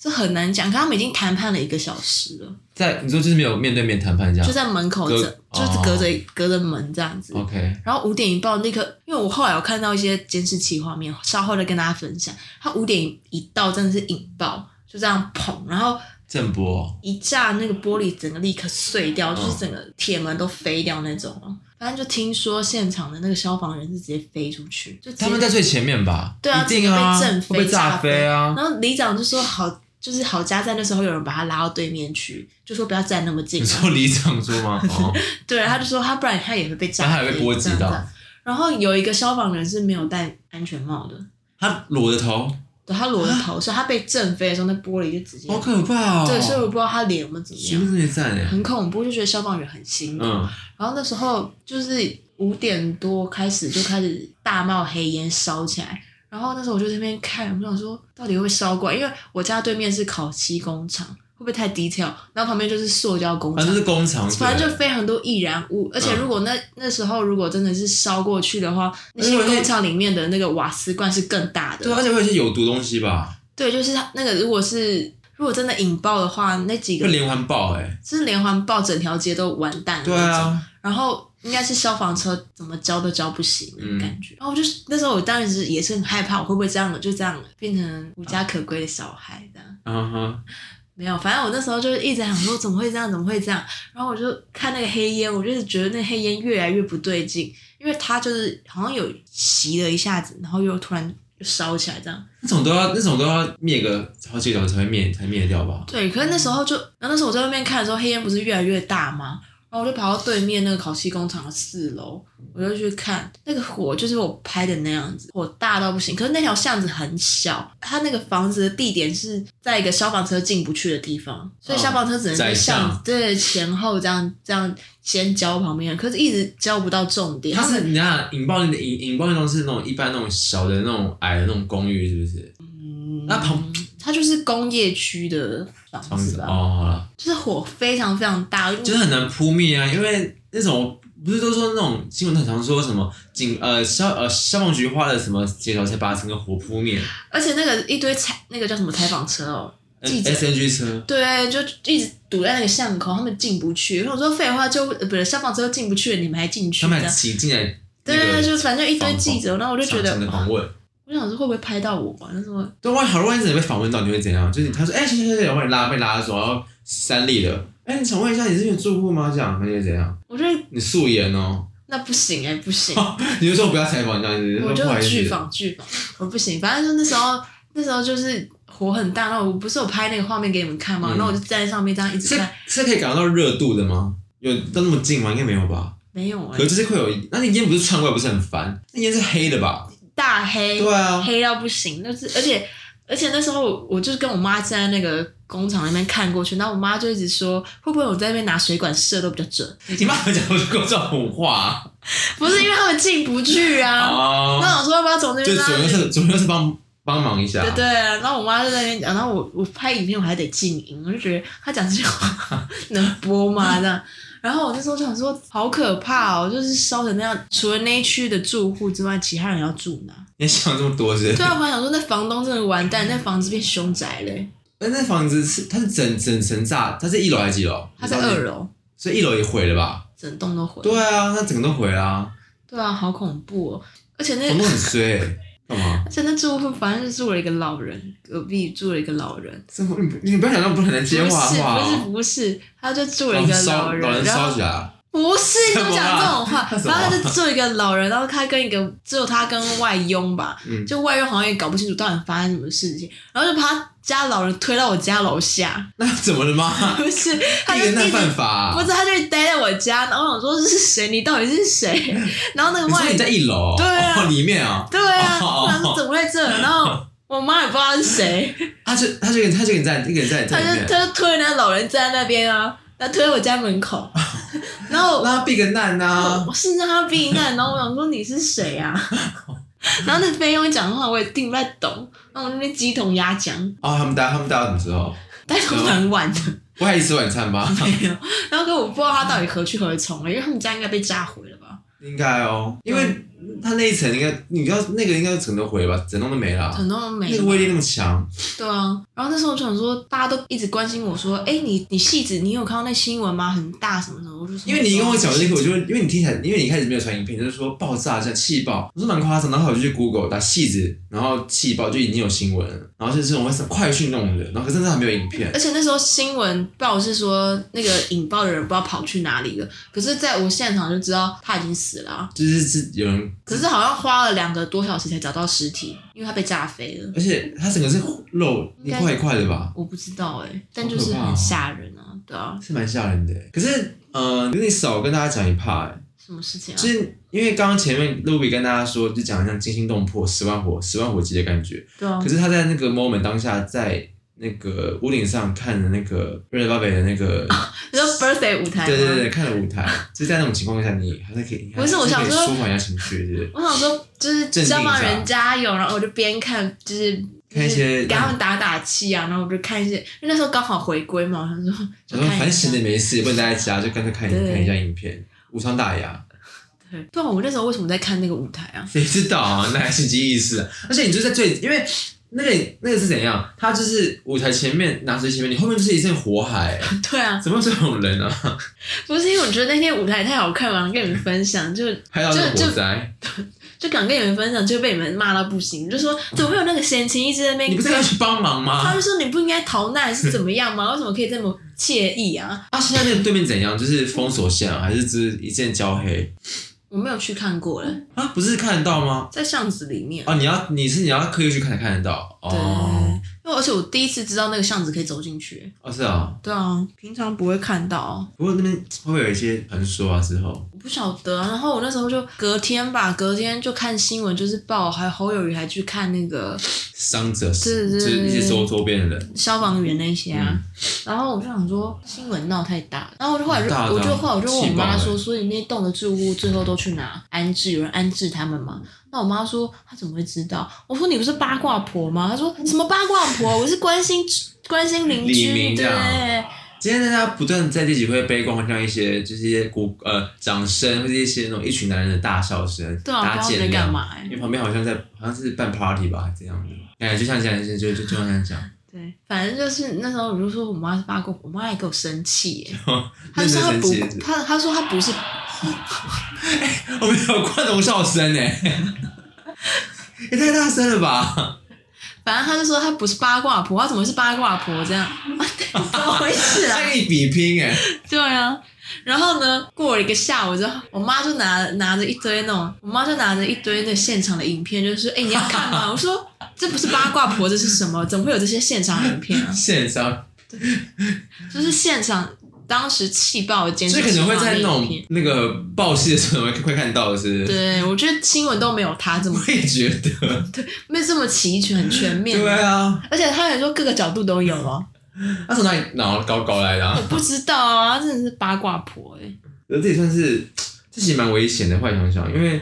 [SPEAKER 2] 这很难讲，可他们已经谈判了一个小时了，
[SPEAKER 1] 在你说就是没有面对面谈判这样
[SPEAKER 2] 就在门口
[SPEAKER 1] 啊隔
[SPEAKER 2] 这，就是
[SPEAKER 1] 哦
[SPEAKER 2] 隔着、隔着门这样子。
[SPEAKER 1] ？OK，
[SPEAKER 2] 然后五点一爆，立刻，因为我后来有看到一些监视器画面，稍后再跟大家分享。他五点一到，真的是引爆，就这样砰，然后
[SPEAKER 1] 郑波
[SPEAKER 2] 一炸，那个玻璃整个立刻碎掉，
[SPEAKER 1] 嗯
[SPEAKER 2] 就是整个铁门都飞掉那种哦。反正就听说现场的那个消防人是直接飞出去，就直接
[SPEAKER 1] 他们在最前面吧？
[SPEAKER 2] 对啊
[SPEAKER 1] 一定啊，
[SPEAKER 2] 直接被震
[SPEAKER 1] 会不会
[SPEAKER 2] 飞
[SPEAKER 1] 炸
[SPEAKER 2] 炸
[SPEAKER 1] 飞啊？
[SPEAKER 2] 然后里长就说好，就是好家在那时候有人把他拉到对面去，就说不要站那么近、
[SPEAKER 1] 你
[SPEAKER 2] 啊。
[SPEAKER 1] 说里长说吗？ 哦，
[SPEAKER 2] 对，他就说他不然他也会被炸
[SPEAKER 1] 然
[SPEAKER 2] 飞，
[SPEAKER 1] 后他也被波及
[SPEAKER 2] 这样啊
[SPEAKER 1] 到
[SPEAKER 2] 子。然后有一个消防人是没有戴安全帽的，
[SPEAKER 1] 他裸着头，
[SPEAKER 2] 对他裸着逃生，他被震飞的时候，那玻璃就直接
[SPEAKER 1] 啊好可怕哦！
[SPEAKER 2] 对，所以我不知道他脸有没有怎么
[SPEAKER 1] 全部
[SPEAKER 2] 样，
[SPEAKER 1] 都没赞哎，
[SPEAKER 2] 很恐怖，就觉得消防员很辛苦。
[SPEAKER 1] 嗯，
[SPEAKER 2] 然后那时候就是五点多开始就开始大冒黑烟烧起来，然后那时候我就在那边看，我想说到底会不会烧过来，因为我家对面是烤漆工厂，会不会太 detail？然后旁边就是塑胶工
[SPEAKER 1] 反
[SPEAKER 2] 厂
[SPEAKER 1] 正，是嗯工厂，
[SPEAKER 2] 反正
[SPEAKER 1] 对
[SPEAKER 2] 就非常多易燃物，而且如果那、那时候如果真的是烧过去的话，那些
[SPEAKER 1] 而且
[SPEAKER 2] 工厂里面的那个瓦斯罐是更大的。
[SPEAKER 1] 嗯对，啊而且会有一些有毒东西吧，
[SPEAKER 2] 对，就是它那个如果是如果真的引爆的话，那几
[SPEAKER 1] 会
[SPEAKER 2] 个
[SPEAKER 1] 连环爆哎，
[SPEAKER 2] 是连环爆，整条街都完蛋了。
[SPEAKER 1] 对啊，
[SPEAKER 2] 然后应该是消防车怎么浇都浇不醒那种
[SPEAKER 1] 嗯
[SPEAKER 2] 感觉。然后我就是那时候我当时也是很害怕，我会不会这样就这样变成无家可归的小孩这样。
[SPEAKER 1] 嗯哼，
[SPEAKER 2] 没有，反正我那时候就是一直想说怎么会这样，怎么会这样。然后我就看那个黑烟，我就是觉得那黑烟越来越不对劲，因为它就是好像有熄了一下子，然后又突然就烧起来这样。
[SPEAKER 1] 那种都要那种都要灭个好几个小时才会灭才灭掉吧？
[SPEAKER 2] 对，可是那时候就，然后那时候我在外面看的时候，黑烟不是越来越大吗？然后我就跑到对面那个烤漆工厂的四楼，我就去看那个火，就是我拍的那样子，火大到不行。可是那条巷子很小，它那个房子的地点是在一个消防车进不去的地方，所以
[SPEAKER 1] 嗯
[SPEAKER 2] 消防车只能在
[SPEAKER 1] 在
[SPEAKER 2] 巷子
[SPEAKER 1] 巷
[SPEAKER 2] 对前后这样这样先浇旁边，可是一直浇不到重点。
[SPEAKER 1] 它
[SPEAKER 2] 他
[SPEAKER 1] 是
[SPEAKER 2] 们
[SPEAKER 1] 你看引爆那种引引爆那种是那种一般那种小的那种矮的那种公寓是不是？
[SPEAKER 2] 嗯
[SPEAKER 1] 那旁
[SPEAKER 2] 它就是工业区的
[SPEAKER 1] 房
[SPEAKER 2] 房子
[SPEAKER 1] 子
[SPEAKER 2] 吧，
[SPEAKER 1] 哦，好了，
[SPEAKER 2] 就是火非常非常大，
[SPEAKER 1] 就是很难扑灭啊，因为那种不是都说那种新闻很常说什么警呃消呃消防局花了什么几个小时才把整个火扑灭
[SPEAKER 2] 而且那个一堆采那个叫什么采访车哦，记者
[SPEAKER 1] ，S N G 车，
[SPEAKER 2] 对，就一直堵在那个巷口，他们进不去。我说废话就，呃不是消防车进不去，你们还进去
[SPEAKER 1] 他
[SPEAKER 2] 这
[SPEAKER 1] 们
[SPEAKER 2] 样？
[SPEAKER 1] 挤进来那
[SPEAKER 2] 对对
[SPEAKER 1] 个
[SPEAKER 2] 对，
[SPEAKER 1] 上
[SPEAKER 2] 就反正一堆记者，然后我就觉得
[SPEAKER 1] 层，的访问。
[SPEAKER 2] 我想说会不会拍到我啊？那时候
[SPEAKER 1] 对，万一好，万一真的被访问到，你会怎样？就是他说，哎、行行行，我把你拉被拉走，然后三立的，哎、你想问一下，你是有住户吗？这样，那你会怎样？
[SPEAKER 2] 我觉得
[SPEAKER 1] 你素颜哦，
[SPEAKER 2] 那不行哎、不 行，
[SPEAKER 1] 你就说我不要采访这样子，
[SPEAKER 2] 我就
[SPEAKER 1] 不好意
[SPEAKER 2] 拒
[SPEAKER 1] 思。
[SPEAKER 2] 访拒访，我不行。反正就那时候那时候就是火很大，然后我不是有拍那个画面给你们看吗？
[SPEAKER 1] 嗯
[SPEAKER 2] 然后我就站在上面这样一直
[SPEAKER 1] 是
[SPEAKER 2] 看，
[SPEAKER 1] 是可以感到热度的吗？有到那么近吗？应该没有吧。
[SPEAKER 2] 没有哎、
[SPEAKER 1] 可是就是会有，那那烟不是窜过来，不是很烦？那烟是黑的吧？
[SPEAKER 2] 大黑。
[SPEAKER 1] 对啊，
[SPEAKER 2] 黑到不行，那是而且而且那时候我我就是跟我妈站在那个工厂那边看过去，然后我妈就一直说会不会我在那边拿水管射都比较准，
[SPEAKER 1] 你妈讲我说这种话
[SPEAKER 2] 不是因为他们进不去啊。
[SPEAKER 1] 啊
[SPEAKER 2] 那我说要不要从那
[SPEAKER 1] 就
[SPEAKER 2] 边拉
[SPEAKER 1] 左右
[SPEAKER 2] 去？
[SPEAKER 1] 是左右是帮帮忙一下
[SPEAKER 2] 对，对，啊然后我妈就在那边讲，然后我我拍影片我还得静音，我就觉得她讲这句话能播吗？这样，然后我那时候就想说好可怕哦，就是烧成那样，除了那一区的住户之外，其他人要住哪？
[SPEAKER 1] 你想这么多是不是
[SPEAKER 2] 对？啊，我还想说那房东真的完蛋，那房子变凶宅嘞、
[SPEAKER 1] 那那房子是它是整整层炸，它是一楼还是几楼？
[SPEAKER 2] 他在二，楼。
[SPEAKER 1] 所以一楼也毁了吧？
[SPEAKER 2] 整栋都毁。
[SPEAKER 1] 对啊，那整个都毁了啊，
[SPEAKER 2] 对啊，好恐怖哦！而且那
[SPEAKER 1] 房东很衰 欸，干 嘛？
[SPEAKER 2] 而且那住户反正是住了一个老人，隔壁住了一个老人，
[SPEAKER 1] 这不你你不要想那种不可能
[SPEAKER 2] 不是
[SPEAKER 1] 接话的话
[SPEAKER 2] 不是
[SPEAKER 1] 啊，
[SPEAKER 2] 不是，他就住了
[SPEAKER 1] 老
[SPEAKER 2] 一
[SPEAKER 1] 人
[SPEAKER 2] 个
[SPEAKER 1] 烧
[SPEAKER 2] 人，
[SPEAKER 1] 老人
[SPEAKER 2] 然
[SPEAKER 1] 烧
[SPEAKER 2] 后
[SPEAKER 1] 起来，
[SPEAKER 2] 不是你
[SPEAKER 1] 什
[SPEAKER 2] 怎么
[SPEAKER 1] 么
[SPEAKER 2] 讲
[SPEAKER 1] 啊
[SPEAKER 2] 这种话，
[SPEAKER 1] 他什么
[SPEAKER 2] 然
[SPEAKER 1] 啊
[SPEAKER 2] 后他就住一个老人，然后他跟一个只有他跟外佣吧，
[SPEAKER 1] 嗯，
[SPEAKER 2] 就外佣好像也搞不清楚到底发生什么事情，然后就把他家老人推到我家楼下，
[SPEAKER 1] 那怎么了吗？
[SPEAKER 2] 不是，他
[SPEAKER 1] 一
[SPEAKER 2] 就
[SPEAKER 1] 个人
[SPEAKER 2] 一
[SPEAKER 1] 在
[SPEAKER 2] 直
[SPEAKER 1] 犯法啊，
[SPEAKER 2] 不是，他就待在我家，然后我想说是谁？你到底是谁？ 然后那个
[SPEAKER 1] 你
[SPEAKER 2] 外
[SPEAKER 1] 说你在一楼，
[SPEAKER 2] 对啊
[SPEAKER 1] 哦，里面啊，
[SPEAKER 2] 对啊，
[SPEAKER 1] 哦
[SPEAKER 2] 不然怎么会这？然后我妈也不知道是谁，
[SPEAKER 1] 他就他就给你他就给你站，一个人站
[SPEAKER 2] 她
[SPEAKER 1] 在里
[SPEAKER 2] 就
[SPEAKER 1] 面，
[SPEAKER 2] 她就推人家老人站在那边啊，然后推到我家门口，然后
[SPEAKER 1] 让他避个啊难
[SPEAKER 2] 我
[SPEAKER 1] 呐。
[SPEAKER 2] 我是让她避难，然后我想说你是谁啊？然后那菲佣讲的话我也听不太懂，然后我那边鸡同鸭讲，
[SPEAKER 1] 哦，他们待他们待到什么时候？
[SPEAKER 2] 但是蛮晚的，
[SPEAKER 1] 不还一吃晚餐 吧？
[SPEAKER 2] 没有。 然后可我不知道她到底何去何从了，因为他们家应该被炸毁了吧？
[SPEAKER 1] 应该哦，因为他那一层应该，你知道那个应该整个毁了吧，整栋都没了啊。
[SPEAKER 2] 很多人没
[SPEAKER 1] 那
[SPEAKER 2] 了
[SPEAKER 1] 个威力那么强，
[SPEAKER 2] 对啊，然后那时候我就想说，大家都一直关心我说，哎，你你戏子，你有看到那新闻吗？很大什么什么，我就说
[SPEAKER 1] 因为你跟我讲这
[SPEAKER 2] 戏
[SPEAKER 1] 个，
[SPEAKER 2] 子
[SPEAKER 1] 我就因为你听起来，因为你一开始没有传影片，就是说爆炸这样气爆，我说蛮夸张，然后我就去 Google 打戏子，然后气爆就已经有新闻了，然后就是这种会快讯那种的，然后可是真的还没有影片，
[SPEAKER 2] 而且那时候新闻报是说那个引爆的人不知道跑去哪里了，可是在我现场就知道他已经死了、啊，
[SPEAKER 1] 就是是有人
[SPEAKER 2] 可是好像花了两个多小时才找到尸体，因为他被炸飞了。
[SPEAKER 1] 而且它整个是肉
[SPEAKER 2] 应
[SPEAKER 1] 一
[SPEAKER 2] 该
[SPEAKER 1] 块一块的吧，
[SPEAKER 2] 我不知道哎、但就是很吓人啊，对啊，
[SPEAKER 1] 是蛮吓人的欸。可是，呃，有点少跟大家讲一 part，欸
[SPEAKER 2] 什么事情啊
[SPEAKER 1] 就？是因为刚刚前面露比跟大家说，就讲得像惊心动魄、十万火、十万火急的感觉。
[SPEAKER 2] 对啊
[SPEAKER 1] 可，是他在那个 moment 当下，在那个屋顶上看的那个瑞德巴北的那个，
[SPEAKER 2] 你说 birthday 哦舞台吗？
[SPEAKER 1] 对对对对，看了舞台，就是在那种情况下，你还是可以，你还
[SPEAKER 2] 不是我
[SPEAKER 1] 可以
[SPEAKER 2] 想说
[SPEAKER 1] 舒缓一下情绪，对不对？
[SPEAKER 2] 我想说，就是
[SPEAKER 1] 镇定一下
[SPEAKER 2] 帮忙人加油，然后我就边看，就是
[SPEAKER 1] 看一些
[SPEAKER 2] 就是给他们打打气啊，然后我就看一些，因为那时候刚好回归嘛，我想说就
[SPEAKER 1] 想
[SPEAKER 2] 看
[SPEAKER 1] 说
[SPEAKER 2] 一下
[SPEAKER 1] 反省也没事，也不能待在家，就干脆看一
[SPEAKER 2] 对
[SPEAKER 1] 看一下影片，无伤大雅。
[SPEAKER 2] 对，不然我那时候为什么在看那个舞台啊？
[SPEAKER 1] 谁知道啊？那还是机意识、啊？而且你就在最，因为那个那个是怎样？他就是舞台前面拿水前面，你后面就是一阵 火海、
[SPEAKER 2] 对啊，
[SPEAKER 1] 怎么有这种人啊？
[SPEAKER 2] 不是因为我觉得那天舞台太好看了，想跟你们分享，就
[SPEAKER 1] 还有那
[SPEAKER 2] 就
[SPEAKER 1] 个火灾，
[SPEAKER 2] 就敢跟你们分享，就被你们骂到不行，就说怎么会有那个闲情逸致在那边啊
[SPEAKER 1] 你不是要去帮忙
[SPEAKER 2] 他
[SPEAKER 1] 吗
[SPEAKER 2] 们？说你不应该逃难是怎么样吗？为什么可以这么惬意啊？
[SPEAKER 1] 啊，现在那个对面怎样？就是封锁线啊，还是只是一阵焦黑
[SPEAKER 2] 我没有去看过了，
[SPEAKER 1] 啊？不是看得到吗？
[SPEAKER 2] 在巷子里面。
[SPEAKER 1] 哦，你要你是你要刻意去看才看得到
[SPEAKER 2] 对
[SPEAKER 1] 哦，，
[SPEAKER 2] 因为而且我第一次知道那个巷子可以走进去。
[SPEAKER 1] 哦是啊，
[SPEAKER 2] 对啊，平常不会看到，
[SPEAKER 1] 不过那边会不会有一些传说啊？之后
[SPEAKER 2] 我不晓得啊、然后我那时候就隔天吧，隔天就看新闻，就是报，还有侯友谊还去看那个
[SPEAKER 1] 伤者
[SPEAKER 2] 对
[SPEAKER 1] 是
[SPEAKER 2] 对
[SPEAKER 1] 就是
[SPEAKER 2] 对
[SPEAKER 1] 一些周周边的人，
[SPEAKER 2] 消防员那些啊。
[SPEAKER 1] 嗯
[SPEAKER 2] 然后我就想说，新闻闹太大，然后我就后来就
[SPEAKER 1] 大的啊
[SPEAKER 2] 我就后来我就问我妈
[SPEAKER 1] 气爆
[SPEAKER 2] 说，所以那栋的住户最后都去哪安置？有人安置他们吗？那我妈说她怎么会知道？我说你不是八卦婆吗？她说什么八卦婆？我是关心 关心邻
[SPEAKER 1] 李明
[SPEAKER 2] 居，
[SPEAKER 1] 这
[SPEAKER 2] 对
[SPEAKER 1] 样今天大家不断在这几会悲观，换上一些就是一些鼓呃掌声，或者一些那种一群男人的大笑声，
[SPEAKER 2] 对啊，
[SPEAKER 1] 大
[SPEAKER 2] 不
[SPEAKER 1] 家
[SPEAKER 2] 知道在
[SPEAKER 1] 见
[SPEAKER 2] 干
[SPEAKER 1] 谅。
[SPEAKER 2] 嘛哎、
[SPEAKER 1] 因为旁边好像在好像是办 party 吧，这样的，哎，就像这样，就就就就像这样 讲，
[SPEAKER 2] 对，反正就是那时候我就说我妈是八卦婆，我妈还给我生气耶、她
[SPEAKER 1] 认
[SPEAKER 2] 就说
[SPEAKER 1] 真
[SPEAKER 2] 她
[SPEAKER 1] 生气
[SPEAKER 2] 不，她她说她不是，
[SPEAKER 1] 我们有观众笑声呢，也太大声了吧！
[SPEAKER 2] 反正她就说她不是八卦婆，她怎么会是八卦婆这样？怎么回事啊？
[SPEAKER 1] 他跟你比拼哎，
[SPEAKER 2] 对啊，然后呢，过了一个下午之后，我妈就拿拿着一堆那种，我妈就拿着一堆那现场的影片，就是说，哎、你要看吗？我 说这不是八卦婆，这是什么？怎么会有这些现场影片啊？
[SPEAKER 1] 线上，
[SPEAKER 2] 就是现场当时气爆的监视
[SPEAKER 1] 所以
[SPEAKER 2] 器
[SPEAKER 1] 可能会在
[SPEAKER 2] 画面
[SPEAKER 1] 那种
[SPEAKER 2] 影片。
[SPEAKER 1] 那个爆戏的时候会会看到，是不是？
[SPEAKER 2] 对，我觉得新闻都没有他这么
[SPEAKER 1] 我也觉得，
[SPEAKER 2] 没有这么齐全、很全面。
[SPEAKER 1] 对啊，
[SPEAKER 2] 而且他还说各个角度都有哦，
[SPEAKER 1] 他从哪里脑搞搞来的、啊
[SPEAKER 2] 我？不知道啊，她真的是八卦婆哎、
[SPEAKER 1] 而这也算是这其实蛮危险的，后来想想，因为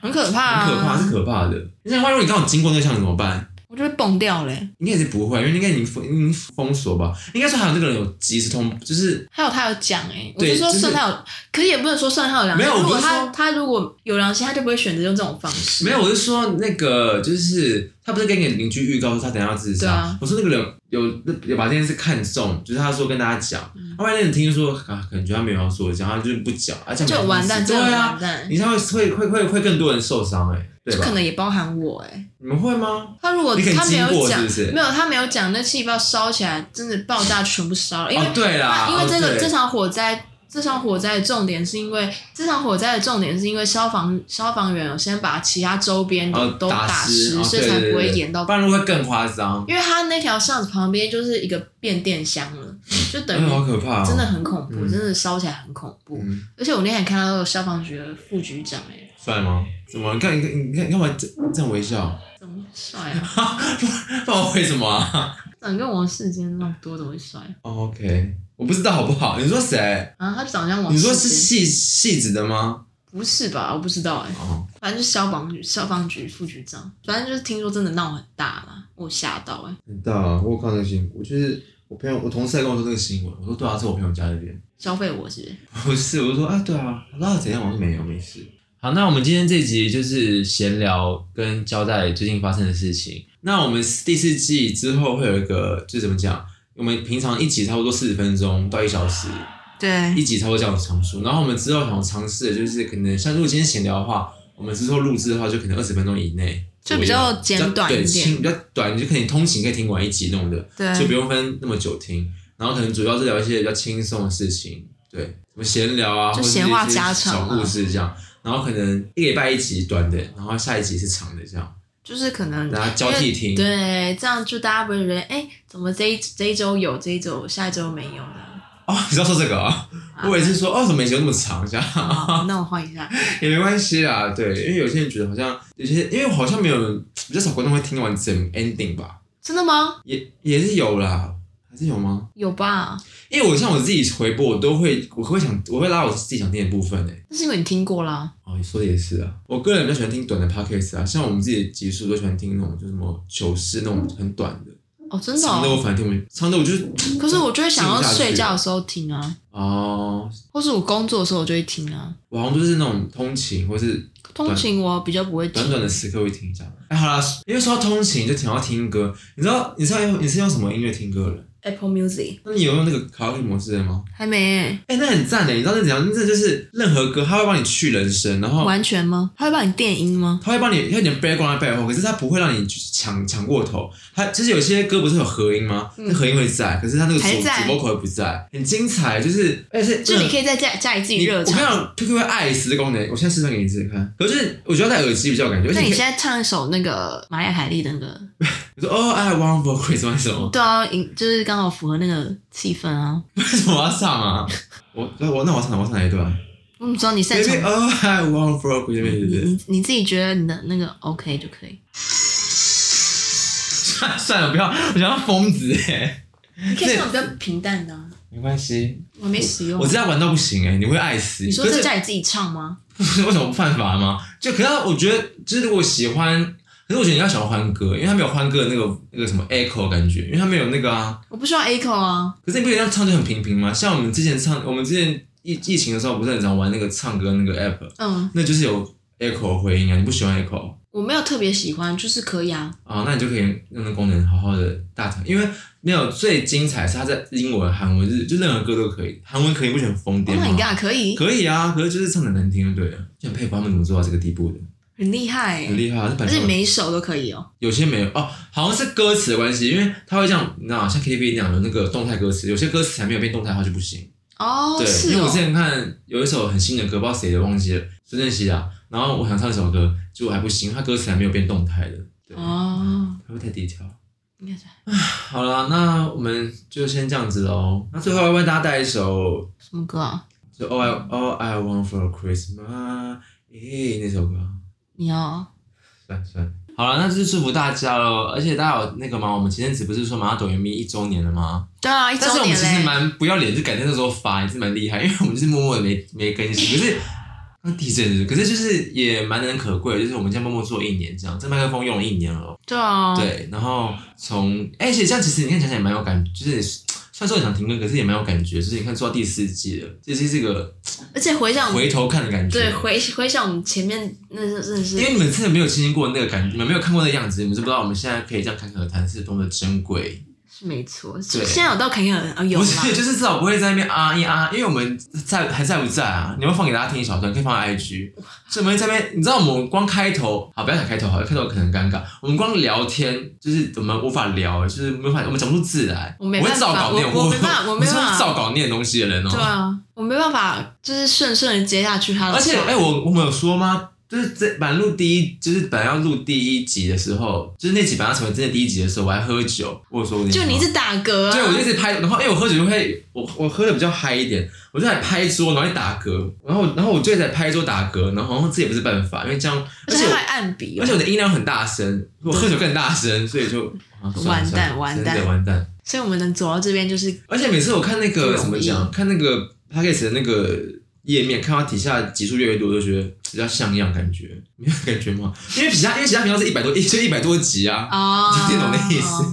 [SPEAKER 2] 很可怕、啊，
[SPEAKER 1] 很可怕，是可怕的。你想，如果你刚好经过那个巷子怎么办？
[SPEAKER 2] 我就会蹦掉嘞、
[SPEAKER 1] 应该也是不会，因为应该已经封已经封锁吧。应该说还有这个人有即时通，就是
[SPEAKER 2] 还有他有讲哎、我
[SPEAKER 1] 对
[SPEAKER 2] 就说
[SPEAKER 1] 就是
[SPEAKER 2] 算他有，可是也不能说算他有良心。
[SPEAKER 1] 没有我
[SPEAKER 2] 如果
[SPEAKER 1] 不是
[SPEAKER 2] 他
[SPEAKER 1] 说
[SPEAKER 2] 他如果有良心，他就不会选择用这种方式。
[SPEAKER 1] 没有，我是说那个就是他不是跟你邻居预告说他等一下要自
[SPEAKER 2] 对
[SPEAKER 1] 杀？
[SPEAKER 2] 啊
[SPEAKER 1] 我说那个人有有把这件事看中，就是他说跟大家讲，
[SPEAKER 2] 嗯
[SPEAKER 1] 后来那个人听说啊，可能觉得他没有要说，讲他就是不讲，而且
[SPEAKER 2] 就完蛋，真
[SPEAKER 1] 对
[SPEAKER 2] 的完
[SPEAKER 1] 啊，
[SPEAKER 2] 蛋，
[SPEAKER 1] 你才会会会会会更多人受伤哎、对
[SPEAKER 2] 这
[SPEAKER 1] 吧
[SPEAKER 2] 可？能也包含我哎、
[SPEAKER 1] 你们会吗？
[SPEAKER 2] 他如果
[SPEAKER 1] 你可
[SPEAKER 2] 他没
[SPEAKER 1] 能经
[SPEAKER 2] 有
[SPEAKER 1] 过
[SPEAKER 2] 讲
[SPEAKER 1] 是不，是？
[SPEAKER 2] 没有他没有讲，那气爆烧起来，真的爆炸全部烧了，因为、
[SPEAKER 1] 哦，对啦，
[SPEAKER 2] 因为这
[SPEAKER 1] 哦
[SPEAKER 2] 个、
[SPEAKER 1] 对
[SPEAKER 2] 这场火灾。这场火灾的重点是因为这场火灾的重点是因为消防消防员有先把其他周边
[SPEAKER 1] 哦
[SPEAKER 2] 的都
[SPEAKER 1] 打
[SPEAKER 2] 打湿，
[SPEAKER 1] 哦
[SPEAKER 2] 所以
[SPEAKER 1] 对
[SPEAKER 2] 才
[SPEAKER 1] 对
[SPEAKER 2] 不会
[SPEAKER 1] 对
[SPEAKER 2] 演到
[SPEAKER 1] 不然会更夸张。
[SPEAKER 2] 因为它那条巷子旁边就是一个变电箱了，就等
[SPEAKER 1] 哎，好
[SPEAKER 2] 于
[SPEAKER 1] 可怕、哦！
[SPEAKER 2] 真的，很恐怖，
[SPEAKER 1] 嗯
[SPEAKER 2] 真的烧起来很恐怖。
[SPEAKER 1] 嗯，
[SPEAKER 2] 而且我那天还看到消防局的副局长、欸，
[SPEAKER 1] 帅吗？怎么？你看，你看，你看，你干嘛这这样微笑？
[SPEAKER 2] 哎，怎么会帅啊？
[SPEAKER 1] 不然我为什么、啊、
[SPEAKER 2] 长得跟王世坚那么多，怎么会帅啊？
[SPEAKER 1] 哦？OK，我不知道好不好？你说谁？
[SPEAKER 2] 啊，他长得像王
[SPEAKER 1] 你
[SPEAKER 2] 世坚，
[SPEAKER 1] 说是戏戏子的吗？
[SPEAKER 2] 不是吧？我不知道哎、
[SPEAKER 1] 哦，
[SPEAKER 2] 反正就是消防局消防局副局长，反正就是听说真的闹很大啦，我吓到哎、
[SPEAKER 1] 很大、啊，我有看到这个新闻，我就是我朋友，我同事在跟我说这个新闻，我说对啊，是我朋友家那边。
[SPEAKER 2] 消费我是不是
[SPEAKER 1] 不是，我就说啊，对啊，那怎样？我说没有，没事。好，那我们今天这集就是闲聊跟交代最近发生的事情。那我们第四季之后会有一个，就是怎么讲？我们平常一集差不多四十分钟到一小时，
[SPEAKER 2] 对
[SPEAKER 1] 一集差不多这样的长数。然后我们之后想尝试的就是，可能像如果今天闲聊的话，我们之后录制的话就可能二十分钟以内
[SPEAKER 2] 就
[SPEAKER 1] 左右，
[SPEAKER 2] 比较简短一
[SPEAKER 1] 对
[SPEAKER 2] 点嗯
[SPEAKER 1] 轻比较短，你就可以通勤可以听完一集那种的。就不用分那么久听。然后可能主要是聊一些比较轻松的事情，对，什么闲聊啊，
[SPEAKER 2] 就
[SPEAKER 1] 或者是
[SPEAKER 2] 闲话
[SPEAKER 1] 一些
[SPEAKER 2] 家常啊
[SPEAKER 1] 小故事这样。然后可能一个礼拜一集短的，然后下一集是长的这样，
[SPEAKER 2] 就是可能
[SPEAKER 1] 大家交替听。
[SPEAKER 2] 对，这样就大家不会觉得，哎、怎么这一这一周有，这一周下一周没有的
[SPEAKER 1] 哦，你知道说这个啊？我也是说哦，怎么以前那么长？这样
[SPEAKER 2] 好，那我换一下。
[SPEAKER 1] 也没关系啦，对，因为有些人觉得好像有些，因为好像没有人比较少观众会听完整 ending 吧，
[SPEAKER 2] 真的吗？
[SPEAKER 1] 也也是有啦，还是有吗？
[SPEAKER 2] 有吧？
[SPEAKER 1] 因为我像我自己回播，我都会，我会想，我会拉我自己想听的部分诶、
[SPEAKER 2] 那是因为你听过啦。
[SPEAKER 1] 哦，你说的也是啊，我个人比较喜欢听短的 podcast 啊，像我们自己的集数都喜欢听那种，就什么糗事那种很短的，
[SPEAKER 2] 哦，真的、
[SPEAKER 1] 长的
[SPEAKER 2] 哦。
[SPEAKER 1] 我反而听不，长的我就是
[SPEAKER 2] 可是我就会想要
[SPEAKER 1] 静不下去
[SPEAKER 2] 睡觉的时候听啊，
[SPEAKER 1] 哦，
[SPEAKER 2] 或是我工作的时候我就会听啊。
[SPEAKER 1] 我好像就是那种通勤或是
[SPEAKER 2] 通勤我比较不会听
[SPEAKER 1] 短，短的时刻会听一下。哎，好啦，因为说到通勤就想要听歌，你知道你知道用你是用什么音乐听歌的？
[SPEAKER 2] Apple Music
[SPEAKER 1] 那你有用那个卡拉 OK 模式的吗？
[SPEAKER 2] 还没欸、
[SPEAKER 1] 哎、那很赞的，你知道那怎样？那就是任何歌，它会帮你去人声，然后
[SPEAKER 2] 完全吗？它会帮你电音吗？
[SPEAKER 1] 它会帮你，它有点 background 在背后，可是它不会让你去抢抢过头。它就是有些歌不是有合音吗？
[SPEAKER 2] 嗯
[SPEAKER 1] 那合音会在，可是它那个主
[SPEAKER 2] 还
[SPEAKER 1] 主
[SPEAKER 2] 在
[SPEAKER 1] vocal 会不在，很精彩。就是而且
[SPEAKER 2] 就你
[SPEAKER 1] 以
[SPEAKER 2] 可以在家家里自己热
[SPEAKER 1] 我跟你
[SPEAKER 2] 唱。
[SPEAKER 1] 讲，QQ 会爱死这功能，我现在示范给你自己看。可是我觉得戴耳机比较有感觉，而
[SPEAKER 2] 那
[SPEAKER 1] 且
[SPEAKER 2] 你
[SPEAKER 1] 你可以
[SPEAKER 2] 现在唱一首那个玛雅凯莉的那个，
[SPEAKER 1] 你说哦，I want for Christmas 什么？
[SPEAKER 2] 对啊，引就是刚好符合那个气氛啊。
[SPEAKER 1] 为什么我要上啊？我那我那我要唱哪？我要唱哪一段
[SPEAKER 2] 我怎么知道你擅
[SPEAKER 1] ？Baby,
[SPEAKER 2] 长？
[SPEAKER 1] oh, I want for Christmas 对
[SPEAKER 2] 你
[SPEAKER 1] 不对。
[SPEAKER 2] 你你自己觉得你的那个 OK 就可以。
[SPEAKER 1] 算了 算了，不要，我想要疯子哎，
[SPEAKER 2] 你
[SPEAKER 1] 可以唱
[SPEAKER 2] 比较平淡的、啊，
[SPEAKER 1] 没关系，
[SPEAKER 2] 我没使用
[SPEAKER 1] 我知道玩到不行哎，你会爱死。
[SPEAKER 2] 你说
[SPEAKER 1] 可是
[SPEAKER 2] 在家里自己唱吗？
[SPEAKER 1] 为什么不犯法吗？就可是我觉得，就是如果喜欢，可是我觉得你要喜欢欢歌，因为他没有欢歌的那个那个什么 echo 感觉，因为他没有那个啊。
[SPEAKER 2] 我不需要 echo 啊。
[SPEAKER 1] 可是你不觉得这样唱就很平平吗？像我们之前唱，我们之前疫疫情的时候不是很常玩那个唱歌那个 app，
[SPEAKER 2] 嗯，
[SPEAKER 1] 那就是有 echo 回音啊。你不喜欢 echo
[SPEAKER 2] 我没有特别喜欢，就是可以啊。
[SPEAKER 1] 啊，那你就可以用那功能好好的大唱，因为没有最精彩是它在英文、韩文日，就任何歌都可以。韩文可以，你不是很疯癫
[SPEAKER 2] Oh
[SPEAKER 1] 吗？
[SPEAKER 2] my god，可以，
[SPEAKER 1] 可以啊，可是就是唱的难听就对了，就很佩服他们怎么做到这个地步的，
[SPEAKER 2] 很厉害、
[SPEAKER 1] 很
[SPEAKER 2] 欸，
[SPEAKER 1] 厉害啊。这本
[SPEAKER 2] 而
[SPEAKER 1] 身
[SPEAKER 2] 且每一首都可以哦。
[SPEAKER 1] 有些没有哦，好像是歌词的关系，因为它会这样，你知道，像 KTV 那样有那个动态歌词，有些歌词还没有变动态的话就不行。
[SPEAKER 2] 哦，
[SPEAKER 1] 对，
[SPEAKER 2] 是
[SPEAKER 1] 因为我
[SPEAKER 2] 哦
[SPEAKER 1] 之。前看有一首很新的歌，不知道谁的忘记了，孙正熙的啊。然后我想唱一首歌，结果还不行，它歌词还没有变动态的，对，会
[SPEAKER 2] 哦，
[SPEAKER 1] 不会太低调？
[SPEAKER 2] 应该是
[SPEAKER 1] 好了，那我们就先这样子喽。那最后要为大家带一首，
[SPEAKER 2] 什么歌啊？
[SPEAKER 1] 就 All I All I Want for Christmas，咦、那首歌，
[SPEAKER 2] 你要
[SPEAKER 1] 算算。好了，那就是祝福大家喽。而且大家有那个吗？我们前阵子不是说马上抖音咪一周年了吗？
[SPEAKER 2] 对啊，一
[SPEAKER 1] 但是
[SPEAKER 2] 周
[SPEAKER 1] 我们
[SPEAKER 2] 年
[SPEAKER 1] 其实
[SPEAKER 2] 嘞。
[SPEAKER 1] 蛮不要脸，就改天那时候发，也是蛮厉害，因为我们就是默默的没 没更新。可是刚地震是不是，可是就是也蛮能可贵的，就是我们这样默默做一年这样，这麦克风用了一年了。
[SPEAKER 2] 对啊，
[SPEAKER 1] 对，然后从哎而且这样其实你看讲起来也蛮有感，就是虽然说很想停更，可是也蛮有感觉，就是你看做到第四季了，这是这个
[SPEAKER 2] 而且回想
[SPEAKER 1] 回头看的感觉。
[SPEAKER 2] 对回回想我们前面那是真的
[SPEAKER 1] 因
[SPEAKER 2] 是
[SPEAKER 1] 为你们真的没有亲近过那个感觉，你们没有看过那个样子，你们是不知道我们现在可以这样侃侃而谈是多么的珍贵。
[SPEAKER 2] 是没错，
[SPEAKER 1] 对
[SPEAKER 2] 现在有到肯定很啊有
[SPEAKER 1] 不
[SPEAKER 2] 啦，
[SPEAKER 1] 是，就是至少不会在那边啊一啊，因为我们在还在不在啊？你们放给大家听一小段，可以放在 IG。所以我们在那边，你知道我们光开头，好，不要讲开头，好了，开头可能尴尬。我们光聊天，就是我们无法聊，就是没法，我们讲不出字来。
[SPEAKER 2] 我没
[SPEAKER 1] 会
[SPEAKER 2] 办法
[SPEAKER 1] 照稿念，
[SPEAKER 2] 我我
[SPEAKER 1] 我
[SPEAKER 2] 没办法我没办法
[SPEAKER 1] 我是照稿念东西的人哦、
[SPEAKER 2] 对啊，我没办法就是顺顺的接下去他的
[SPEAKER 1] 而
[SPEAKER 2] 菜，
[SPEAKER 1] 且，哎、我我们有说吗？就是这本来录第一，就是本来要录第一集的时候，就是那集本来要成为真的第一集的时候，我还喝酒。我有说过这件
[SPEAKER 2] 就
[SPEAKER 1] 事吗
[SPEAKER 2] 你一直打嗝啊，
[SPEAKER 1] 对，我就一直拍，然后因哎为我喝酒就会，我我喝的比较嗨一点，我就在拍桌，然后在打嗝，然后然后我就在拍桌打嗝，然后好像这也不是办法，因为这样，而
[SPEAKER 2] 而
[SPEAKER 1] 且
[SPEAKER 2] 且
[SPEAKER 1] 我
[SPEAKER 2] 他还按笔哦，
[SPEAKER 1] 而且我的音量很大声，我喝酒更大声，所以就、啊、算
[SPEAKER 2] 完蛋
[SPEAKER 1] 了算了
[SPEAKER 2] 完
[SPEAKER 1] 真的
[SPEAKER 2] 蛋
[SPEAKER 1] 完蛋。
[SPEAKER 2] 所以我们能走到这边就是
[SPEAKER 1] 而且每次我看那
[SPEAKER 2] 不容
[SPEAKER 1] 个
[SPEAKER 2] 易
[SPEAKER 1] 怎么讲，看那个 p a c k a g e 的那个页面，看到底下集数越来越多，我就觉得比较像样，感觉没有感觉吗？因为其他因为其他频道是一百多，一就一百多集啊，
[SPEAKER 2] 啊，
[SPEAKER 1] 就听懂那意 思。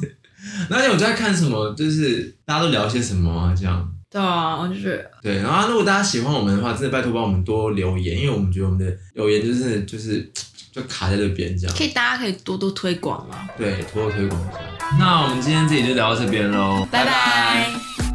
[SPEAKER 1] 然后而且我就在看什么，就是大家都聊些什么啊，这样。
[SPEAKER 2] 对啊，我就觉得
[SPEAKER 1] 对，然后如果大家喜欢我们的话，真的拜托帮我们多留言，因为我们觉得我们的留言就是就是就卡在这边这样
[SPEAKER 2] 可。以，大家可以多多推广啊，
[SPEAKER 1] 对，多多推广一下。那我们今天这里就聊到这边喽，
[SPEAKER 2] 拜
[SPEAKER 1] 拜
[SPEAKER 2] 拜